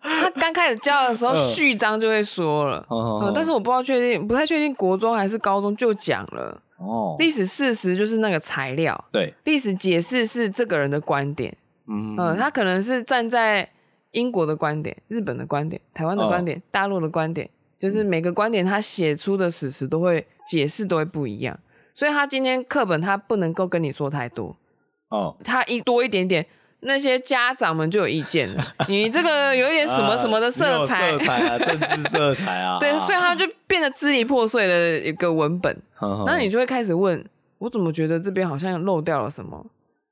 Speaker 2: 他刚开始教的时候，
Speaker 1: 嗯
Speaker 2: 序章就会说了。
Speaker 1: 哦
Speaker 2: 嗯，但是我不知道确定，不太确定国中还是高中就讲了
Speaker 1: 哦，
Speaker 2: 历史事实就是那个材料，
Speaker 1: 对，
Speaker 2: 历史解释是这个人的观点，
Speaker 1: 嗯
Speaker 2: 嗯，他可能是站在英国的观点、日本的观点、台湾的观点、大陆的观点，就是每个观点他写出的史实都会解释都会不一样，所以他今天课本他不能够跟你说太多，
Speaker 1: 哦，
Speaker 2: 他一多一点点。那些家长们就有意见了，你这个有一点 [LAUGHS] 什么什么的呃色彩，
Speaker 1: 啊色彩啊，政治色彩啊，
Speaker 2: 对，所以他就变得支离破碎的一个文本。那
Speaker 1: 那
Speaker 2: 你就会开始问，我怎么觉得这边好像漏掉了什么？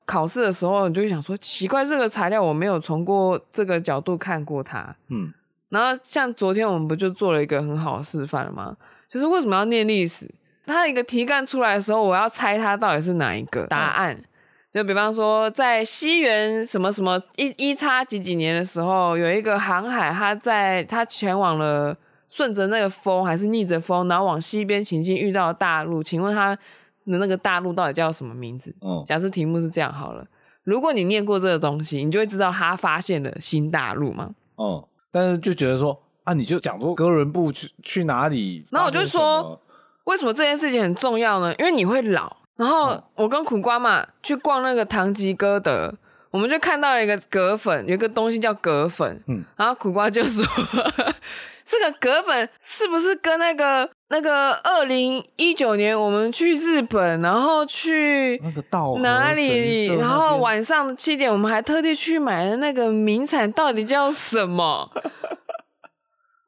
Speaker 2: 考试的时候，你就会想说，奇怪，这个材料我没有从过这个角度看过它。
Speaker 1: 嗯
Speaker 2: 然后像昨天我们不就做了一个很好的示范了吗？就是为什么要念历史？它一个题干出来的时候，我要猜它到底是哪一个答案。就比方说，在西元什么什么一一叉几几年的时候，有一个航海，它在它前往了顺着那个风还是逆着风，然后往西边行进，遇到了大陆。请问它的那个大陆到底叫什么名字？
Speaker 1: 嗯
Speaker 2: 假设题目是这样好了，如果你念过这个东西，你就会知道他发现了新大陆嘛。
Speaker 1: 嗯，但是就觉得说啊，你就讲说哥伦布去去哪里，
Speaker 2: 然后我就
Speaker 1: 发生
Speaker 2: 说
Speaker 1: 什么，
Speaker 2: 为什么这件事情很重要呢？因为你会老。然后我跟苦瓜嘛去逛那个唐吉诃德，我们就看到了一个葛粉，有一个东西叫葛粉。
Speaker 1: 嗯
Speaker 2: 然后苦瓜就说：“ [LAUGHS] 这个葛粉是不是跟那个那个二零一九年我们去日本，然后去
Speaker 1: 那个道和
Speaker 2: 哪
Speaker 1: 哦
Speaker 2: 里？
Speaker 1: 神社那
Speaker 2: 然后
Speaker 1: 边
Speaker 2: 晚上七点，我们还特地去买了那个名产，到底叫什
Speaker 1: [LAUGHS]
Speaker 2: 么？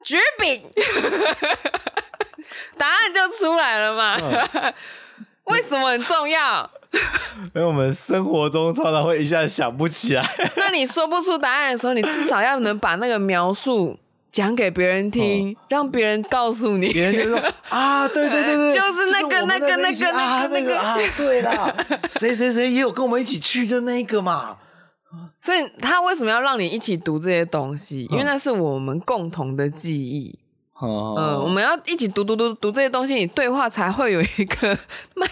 Speaker 2: 橘饼。 [LAUGHS] 答案就出来了嘛？
Speaker 1: 嗯
Speaker 2: [LAUGHS] 为什么很重要？
Speaker 1: 因为我们生活中常常会一下想不起
Speaker 2: [LAUGHS]
Speaker 1: 来，
Speaker 2: 那你说不出答案的时候，你至少要能把那个描述讲给别人听，让别人告诉你。
Speaker 1: 嗯别人就说啊，对对对对，
Speaker 2: 就是那个
Speaker 1: 我们
Speaker 2: 那个
Speaker 1: 那一起
Speaker 2: 那个
Speaker 1: 啊
Speaker 2: 那
Speaker 1: 那
Speaker 2: 个
Speaker 1: 个啊，对啦，谁谁谁也有跟我们一起去的那个嘛，
Speaker 2: 所以他为什么要让你一起读这些东西？
Speaker 1: 嗯
Speaker 2: 因为那是我们共同的记忆。嗯，我
Speaker 1: 嗯
Speaker 2: 们要一起读读读读这些东西，你对话才会有一个脉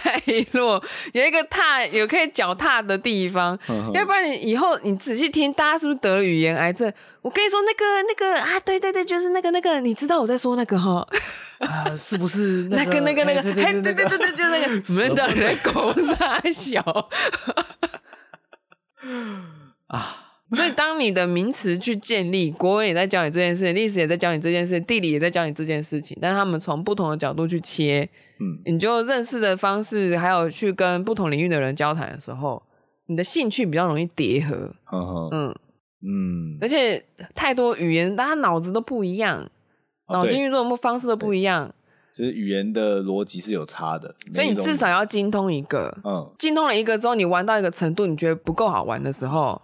Speaker 2: 络， [LAUGHS] 有一个踏有可以脚踏的地方。要不然你以后你仔细听，大家是不是得了语言癌症？我跟你说，那个那个啊，对对对，就是那个那个，你知道我在说那个哈，
Speaker 1: 啊，是不是
Speaker 2: [LAUGHS] 那个那个那个，
Speaker 1: 哎
Speaker 2: [LAUGHS] 哎，对对对对，就那 [LAUGHS] 个，你们的人狗傻小。
Speaker 1: 啊，
Speaker 2: 所以，当你的名词去建立，国文也在教你这件事，历史也在教你这件事，地理也在教你这件事情，但他们从不同的角度去切，
Speaker 1: 嗯
Speaker 2: 你就认识的方式，还有去跟不同领域的人交谈的时候，你的兴趣比较容易叠合，
Speaker 1: 嗯
Speaker 2: 嗯，
Speaker 1: 嗯
Speaker 2: 而且太多语言，大家脑子都不一样，
Speaker 1: 哦
Speaker 2: 脑
Speaker 1: 对
Speaker 2: 筋运作的方式都不一样，
Speaker 1: 就是语言的逻辑是有差的，
Speaker 2: 所以
Speaker 1: 每
Speaker 2: 你
Speaker 1: 一种
Speaker 2: 至少要精通一个，
Speaker 1: 嗯
Speaker 2: 精通了一个之后，你玩到一个程度，你觉得不够好玩的时候，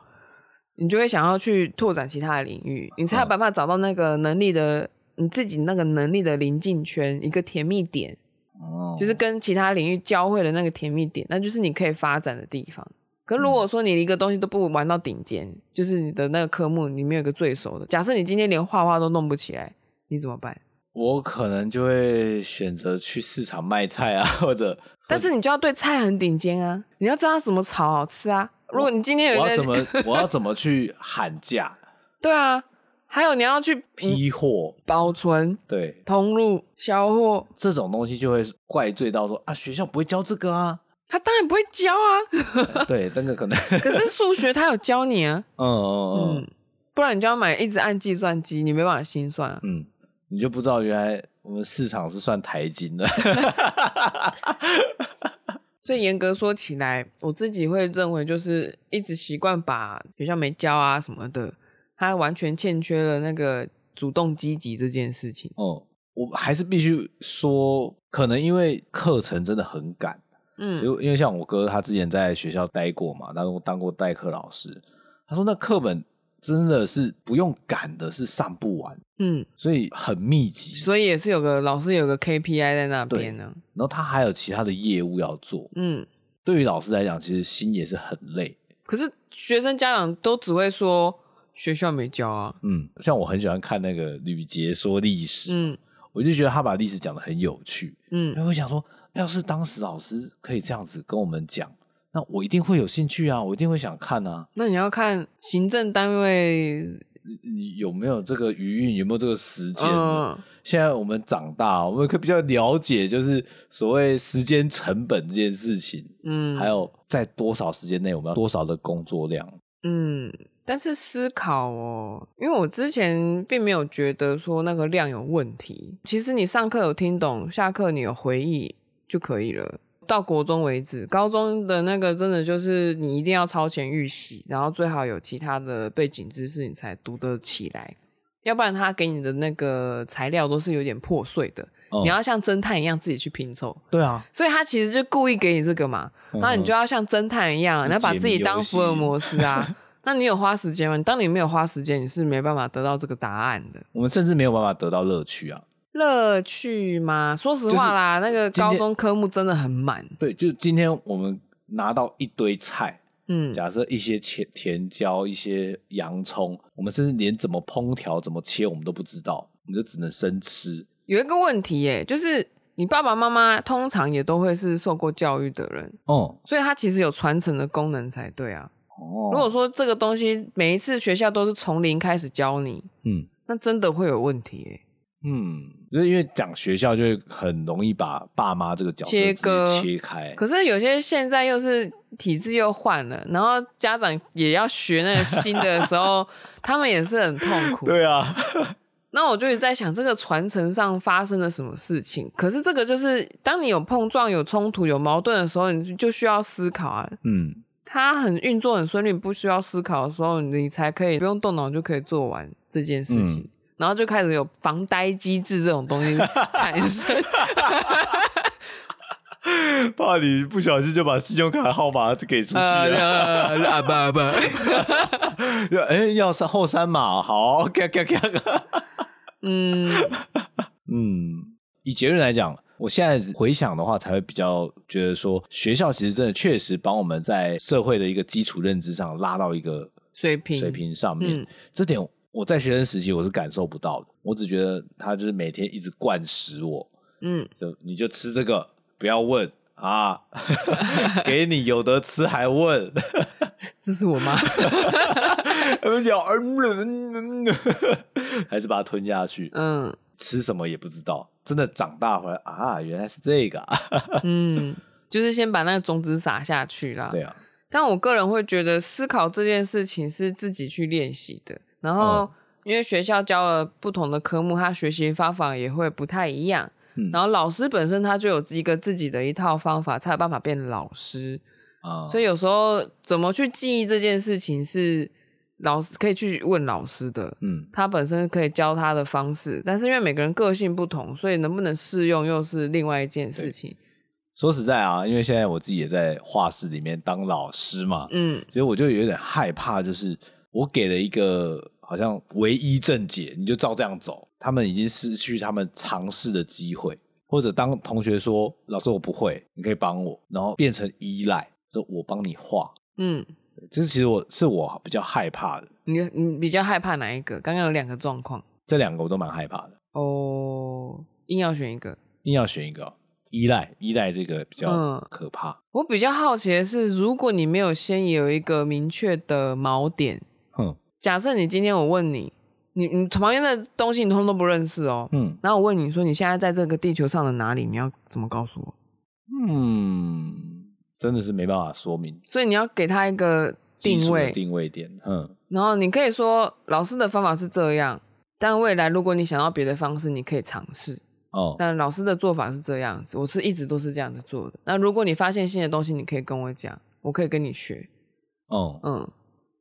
Speaker 2: 你就会想要去拓展其他的领域，你才有办法找到那个能力的你自己那个能力的临近圈，一个甜蜜点，
Speaker 1: 哦，
Speaker 2: 就是跟其他领域交汇的那个甜蜜点，那就是你可以发展的地方。可如果说你一个东西都不玩到顶尖，就是你的那个科目里面有一个最熟的，假设你今天连画画都弄不起来，你怎么办？
Speaker 1: 我可能就会选择去市场卖菜啊， [LAUGHS] 或者
Speaker 2: 但是你就要对菜很顶尖啊，你要知道什么炒好吃啊。如果你今天有
Speaker 1: 我
Speaker 2: 一
Speaker 1: 要
Speaker 2: 个
Speaker 1: 怎么我要怎么去喊价
Speaker 2: 对啊，还有你要去嗯
Speaker 1: 批货，
Speaker 2: 保存、
Speaker 1: 对
Speaker 2: 通路、销货，
Speaker 1: 这种东西就会怪罪到说啊，学校不会教这个
Speaker 2: [LAUGHS]
Speaker 1: 啊，
Speaker 2: 他当然不会教
Speaker 1: [LAUGHS]
Speaker 2: 啊。
Speaker 1: 对，那个可能，
Speaker 2: 可是数学他有教你啊，
Speaker 1: 嗯嗯
Speaker 2: 嗯
Speaker 1: 嗯，
Speaker 2: 不然你就要买一直按计算机，你没办法心算啊。
Speaker 1: 嗯，你就不知道原来我们市场是算台金的，
Speaker 2: 所以严格说起来，我自己会认为，就是一直习惯把学校没教啊什么的，他完全欠缺了那个主动积极这件事情。
Speaker 1: [LAUGHS] 哦、我还是必须说，可能因为课程真的很赶，
Speaker 2: 嗯，
Speaker 1: 就因为像我哥他之前在学校待过嘛，然后当过代课老师，他说那课本真的是不用赶的，是上不完，
Speaker 2: 嗯，
Speaker 1: 所以很密集。
Speaker 2: 所以也是有个老师有个 KPI 在那
Speaker 1: 对
Speaker 2: 边呢。
Speaker 1: 然后他还有其他的业务要做，
Speaker 2: 嗯，
Speaker 1: 对于老师来讲，其实心也是很累。
Speaker 2: 可是学生家长都只会说学校没教啊。
Speaker 1: 嗯，像我很喜欢看那个吕杰说历史，
Speaker 2: 嗯
Speaker 1: 我就觉得他把历史讲的很有趣。因
Speaker 2: 嗯，
Speaker 1: 为我想说，要是当时老师可以这样子跟我们讲，那我一定会有兴趣啊，我一定会想看啊，
Speaker 2: 那你要看行政单位，
Speaker 1: 你有没有这个余韵，有没有这个时间呢？
Speaker 2: 嗯
Speaker 1: 现在我们长大，我们可以比较了解，就是所谓时间成本这件事情，
Speaker 2: 嗯，
Speaker 1: 还有在多少时间内我们要多少的工作量。
Speaker 2: 嗯，但是思考哦，因为我之前并没有觉得说那个量有问题。其实你上课有听懂，下课你有回忆就可以了。到国中为止，高中的那个真的就是你一定要超前预习，然后最好有其他的背景知识，你才读得起来。要不然他给你的那个材料都是有点破碎的，
Speaker 1: 嗯
Speaker 2: 你要像侦探一样自己去拼凑。
Speaker 1: 对啊，
Speaker 2: 所以他其实就故意给你这个嘛，
Speaker 1: 嗯
Speaker 2: 然后你就要像侦探一
Speaker 1: 嗯
Speaker 2: 样，你要把自己当福尔摩
Speaker 1: [LAUGHS]
Speaker 2: 斯啊。 [LAUGHS] 那你有花时间吗？当你没有花时间，你是没办法得到这个答案的
Speaker 1: 我们甚至没有办法得到乐趣啊。
Speaker 2: 乐趣吗？说实话啦，那个
Speaker 1: 今天
Speaker 2: 高中科目真的很满，
Speaker 1: 对，就今天我们拿到一堆菜，
Speaker 2: 嗯，
Speaker 1: 假设一些甜甜椒、一些洋葱，我们甚至连怎么烹调、怎么切我们都不知道，我们就只能生吃。
Speaker 2: 有一个问题耶、就是你爸爸妈妈通常也都会是受过教育的人，
Speaker 1: 哦、
Speaker 2: 所以它其实有传承的功能才对啊。
Speaker 1: 哦，
Speaker 2: 如果说这个东西每一次学校都是从零开始教你，
Speaker 1: 嗯
Speaker 2: 那真的会有问题耶、
Speaker 1: 嗯，就是因为讲学校就会很容易把爸妈这个角色
Speaker 2: 切
Speaker 1: 直接
Speaker 2: 割
Speaker 1: 切开。
Speaker 2: 可是有些现在又是体制又换了，然后家长也要学那个新的
Speaker 1: [LAUGHS]
Speaker 2: 时候，他们也是很痛苦。
Speaker 1: 对啊，
Speaker 2: 那我就一直在想，这个传承上发生了什么事情？可是这个就是，当你有碰撞、有冲突、有矛盾的时候，你就需要思考啊。
Speaker 1: 嗯，
Speaker 2: 它很运作很顺利，不需要思考的时候，你才可以不用动脑就可以做完这件事
Speaker 1: 嗯
Speaker 2: 情。然后就开始有防呆机制这种东西
Speaker 1: [LAUGHS]
Speaker 2: 产生，
Speaker 1: 啊怕你不小心就把信用卡号码给出去
Speaker 2: [LAUGHS] 呃
Speaker 1: 了。
Speaker 2: 呃啊不 [LAUGHS] 不，
Speaker 1: 要哎、要是后三码，好，OK [LAUGHS] OK OK。
Speaker 2: 嗯，
Speaker 1: 嗯，以结论来讲，我现在回想的话，才会比较觉得说，学校其实真的确实帮我们在社会的一个基础认知上拉到一个
Speaker 2: 水平
Speaker 1: 水平上面。
Speaker 2: 嗯
Speaker 1: 这点我在学生时期我是感受不到的，我只觉得他就是每天一直灌食我，
Speaker 2: 嗯，
Speaker 1: 就你就吃这个，不要问啊， [LAUGHS] 给你有得吃还问，
Speaker 2: 这是我妈。
Speaker 1: 鸟儿嗯嗯嗯 [LAUGHS] 还是把它吞下去，
Speaker 2: [LAUGHS] 嗯
Speaker 1: 吃什么也不知道。真的长大回来啊，原来是这个、啊。 [LAUGHS]
Speaker 2: 嗯，就是先把那个种子撒下去啦。
Speaker 1: 对啊，
Speaker 2: 但我个人会觉得，思考这件事情是自己去练习的。然后，因为学校教了不同的科目，他学习方法也会不太一样。
Speaker 1: 嗯
Speaker 2: 然后老师本身他就有一个自己的一套方法，才有办法变老师。
Speaker 1: 啊、
Speaker 2: 所以有时候怎么去记忆这件事情是老师可以去问老师的，
Speaker 1: 嗯
Speaker 2: 他本身可以教他的方式，但是因为每个人个性不同，所以能不能适用又是另外一件事情。
Speaker 1: 说实在啊，因为现在我自己也在画室里面当老师嘛，
Speaker 2: 嗯
Speaker 1: 所以我就有点害怕，就是我给了一个好像唯一正解，你就照这样走，他们已经失去他们尝试的机会，或者当同学说老师我不会，你可以帮我，然后变成依赖，说我帮你画，
Speaker 2: 嗯，
Speaker 1: 这其实我是我比较害怕的，
Speaker 2: 你你比较害怕哪一个？刚刚有两个状况
Speaker 1: 这两个我都蛮害怕的，
Speaker 2: 哦，硬要选一个。
Speaker 1: 硬要选一个哦、依赖，依赖这个比较
Speaker 2: 嗯
Speaker 1: 可怕，
Speaker 2: 我比较好奇的是，如果你没有先有一个明确的锚点，
Speaker 1: 哼
Speaker 2: 假设你今天我问你，你你旁边的东西你通通都不认识哦，
Speaker 1: 嗯
Speaker 2: 然后我问你说你现在在这个地球上的哪里，你要怎么告诉我？
Speaker 1: 嗯，真的是没办法说明
Speaker 2: 所以你要给他一个
Speaker 1: 技
Speaker 2: 定
Speaker 1: 术的
Speaker 2: 位，
Speaker 1: 定位点，嗯
Speaker 2: 然后你可以说老师的方法是这样，但未来如果你想要别的方式，你可以尝试。
Speaker 1: 哦，
Speaker 2: 那老师的做法是这样子，我是一直都是这样子做的。那如果你发现新的东西，你可以跟我讲，我可以跟你学。
Speaker 1: 哦，
Speaker 2: 嗯，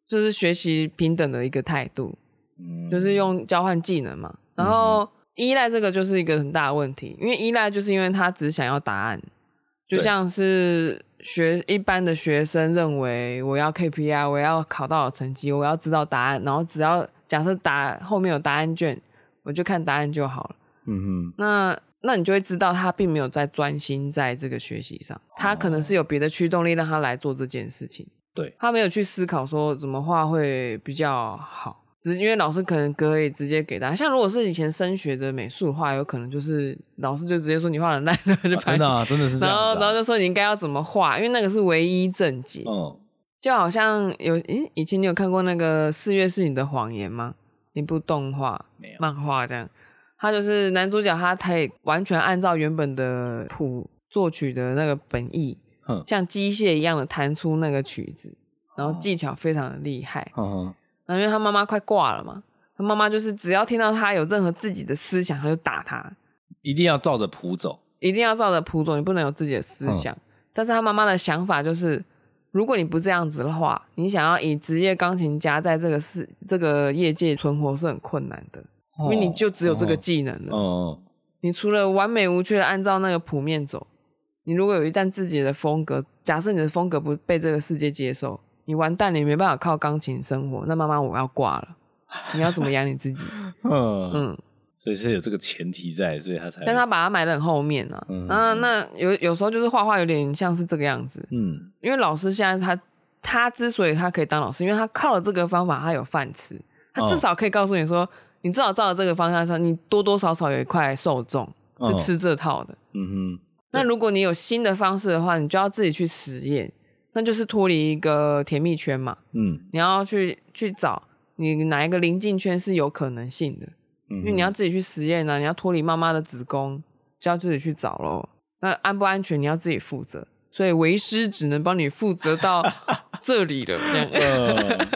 Speaker 2: 就是学习平等的一个态度，
Speaker 1: 嗯
Speaker 2: 就是用交换技能嘛。然后依赖这个就是一个很大的问题，因为依赖就是因为他只想要答案，就
Speaker 1: 对
Speaker 2: 像是学一般的学生认为我要 KPI，我要考到好成绩，我要知道答案，然后只要假设答后面有答案卷，我就看答案就好了。
Speaker 1: 嗯
Speaker 2: 那那你就会知道他并没有在专心在这个学习上，
Speaker 1: 哦
Speaker 2: 他可能是有别的驱动力让他来做这件事情。
Speaker 1: 对，
Speaker 2: 他没有去思考说怎么画会比较好，只是因为老师可能可以直接给他。像如果是以前升学的美术的话，有可能就是老师就直接说你画的烂，然后就
Speaker 1: 哼，啊
Speaker 2: 拍
Speaker 1: 真
Speaker 2: 你、
Speaker 1: 的啊，真的是这
Speaker 2: 然后
Speaker 1: 样
Speaker 2: 然后
Speaker 1: 子
Speaker 2: 就说你应该要怎么画，因为那个是唯一正解。
Speaker 1: 啊，嗯，
Speaker 2: 就好像有，诶，以前你有看过那个《四月是你的谎言》吗？一部动画，
Speaker 1: 没有
Speaker 2: 漫画这样。他就是男主角，他可以完全按照原本的谱作曲的那个本意
Speaker 1: 哼，
Speaker 2: 像机械一样的弹出那个曲子，然后
Speaker 1: 哦
Speaker 2: 技巧非常的厉害。
Speaker 1: 哼嗯哼，
Speaker 2: 然后因为他妈妈快挂了嘛，他妈妈就是只要听到他有任何自己的思想，他就打他，
Speaker 1: 一定要照着谱走，
Speaker 2: 一定要照着谱走，你不能有自己的思想。但是他妈妈的想法就是，如果你不这样子的话，你想要以职业钢琴家在这个世这个业界存活是很困难的，因为你就只有这个技能了。
Speaker 1: 哦，嗯，
Speaker 2: 你除了完美无缺的按照那个谱面走，你如果有一旦自己的风格，假设你的风格不被这个世界接受，你完蛋，你没办法靠钢琴生活，那妈妈我要挂了。你要怎么养你自己？
Speaker 1: 嗯嗯，
Speaker 2: 嗯，
Speaker 1: 所以是有这个前提在，所以他才，
Speaker 2: 但他把它埋得很后面啊。
Speaker 1: 嗯
Speaker 2: 那那有有时候就是画画有点像是这个样子，
Speaker 1: 嗯
Speaker 2: 因为老师现在他他之所以他可以当老师，因为他靠了这个方法，他有饭吃，他
Speaker 1: 哦
Speaker 2: 至少可以告诉你说，你至少照着这个方向上，你多多少少有一块受众是
Speaker 1: 哦
Speaker 2: 吃这套的。
Speaker 1: 嗯哼，
Speaker 2: 那如果你有新的方式的话，你就要自己去实验，那就是脱离一个甜蜜圈嘛，
Speaker 1: 嗯，
Speaker 2: 你要去去找你哪一个临近圈是有可能性的。
Speaker 1: 因
Speaker 2: 因为你要自己去实验啊，你要脱离妈妈的子宫，就要自己去找喽。那安不安全，你要自己负责。所以为师只能帮你负责到这里了，这样。
Speaker 1: 呃，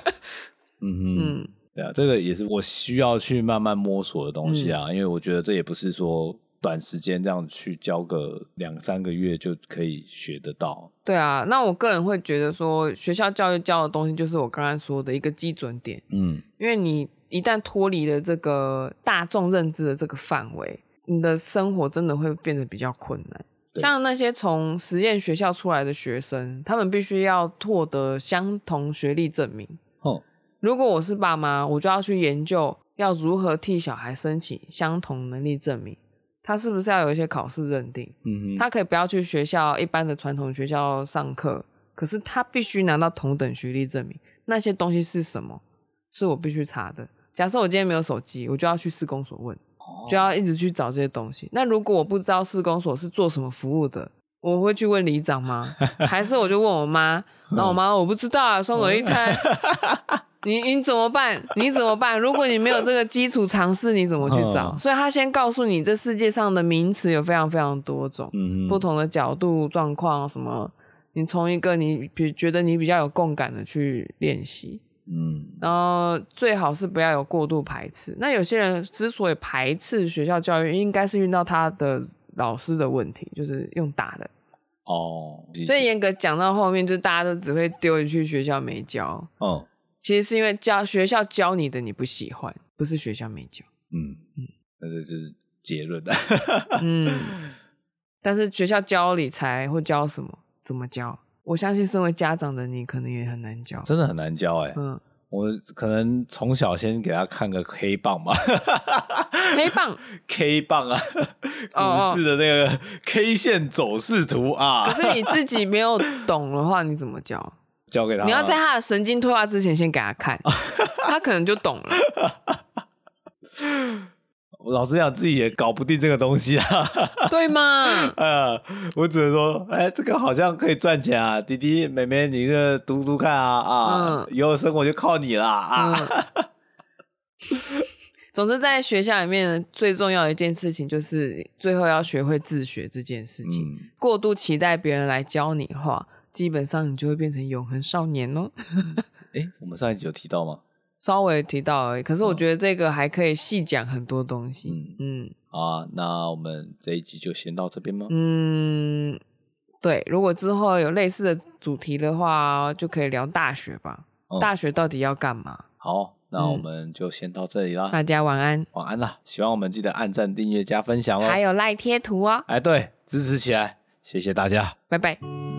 Speaker 1: 嗯哼，
Speaker 2: 嗯，
Speaker 1: 对啊，这个也是我需要去慢慢摸索的东西啊，
Speaker 2: 嗯
Speaker 1: 因为我觉得这也不是说短时间这样去教个两三个月就可以学得到。
Speaker 2: 对啊。那我个人会觉得说，学校教育教的东西就是我刚刚说的一个基准点，
Speaker 1: 嗯
Speaker 2: 因为你一旦脱离了这个大众认知的这个范围，你的生活真的会变得比较困难。
Speaker 1: 对
Speaker 2: 像那些从实验学校出来的学生，他们必须要获得相同学历证明。
Speaker 1: 哼，
Speaker 2: 如果我是爸妈，我就要去研究要如何替小孩申请相同能力证明，他是不是要有一些考试认定？
Speaker 1: 嗯哼，
Speaker 2: 他可以不要去学校一般的传统学校上课，可是他必须拿到同等学历证明。那些东西是什么？是我必须查的。假设我今天没有手机，我就要去市公所问，
Speaker 1: 哦
Speaker 2: 就要一直去找这些东西。那如果我不知道市公所是做什么服务的，我会去问里
Speaker 1: [LAUGHS]
Speaker 2: 长吗？还是我就问我妈？
Speaker 1: 嗯
Speaker 2: 然后我妈我不知道啊，双手一摊， [LAUGHS] 你你怎么办？你怎么办？如果你没有这个基础常识，你怎么去找？
Speaker 1: 嗯
Speaker 2: 所以他先告诉你，这世界上的名词有非常非常多种。
Speaker 1: 嗯哼，
Speaker 2: 不同的角度、状况什么，你从一个你比觉得你比较有共感的去练习，
Speaker 1: 嗯
Speaker 2: 然后最好是不要有过度排斥。那有些人之所以排斥学校教育，应该是遇到他的老师的问题，就是用打的。
Speaker 1: 哦，
Speaker 2: 所以严格讲到后面，就大家都只会丢进去学校没教，
Speaker 1: 哦
Speaker 2: 其实是因为教学校教你的你不喜欢，不是学校没教。
Speaker 1: 嗯，那这就是结论 [LAUGHS] 的。
Speaker 2: [LAUGHS] 嗯，但是学校教理财或教什么，怎么教？我相信身为家长的你，可能也很难教。
Speaker 1: 真的很难教哎、
Speaker 2: 嗯，
Speaker 1: 我可能从小先给他看个 K 棒吧 [LAUGHS]
Speaker 2: 黑棒，
Speaker 1: ，K 棒啊，
Speaker 2: 哦哦
Speaker 1: 股市的那个 K 线走势图啊
Speaker 2: 可，是你自己没有懂的话，你怎么 [LAUGHS] 教？
Speaker 1: 交给他。
Speaker 2: 你要在啊他的神经退化之前，先给他 [LAUGHS] 看，他可能就懂了。
Speaker 1: 我老实讲，自己也搞不定这个东西啊。 [LAUGHS]
Speaker 2: 对吗？
Speaker 1: 呃，我只能说，哎，这个好像可以赚钱啊，弟弟妹妹，你这读读看啊啊，
Speaker 2: 嗯
Speaker 1: 以后生活就靠你啦啊。
Speaker 2: [LAUGHS] 嗯。总之，在学校里面最重要的一件事情，就是最后要学会自学这件事情。
Speaker 1: 嗯，
Speaker 2: 过度期待别人来教你的话，基本上你就会变成永恒少年哦。
Speaker 1: 哎，我们上一集有提到吗？
Speaker 2: 稍微提到而已。可是我觉得这个还可以细讲很多东西。嗯，
Speaker 1: 好啊，那我们这一集就先到这边吗？
Speaker 2: 嗯，对，如果之后有类似的主题的话，就可以聊大学吧。
Speaker 1: 嗯
Speaker 2: 大学到底要干嘛？
Speaker 1: 好，那
Speaker 2: 嗯
Speaker 1: 我们就先到这里啦，
Speaker 2: 大家晚安，
Speaker 1: 晚安啦！喜欢我们记得按赞、订阅、加分享哦。
Speaker 2: 还有赖贴图哦，
Speaker 1: 哎，对，支持起来，谢谢大家。
Speaker 2: 拜拜。
Speaker 1: 拜拜。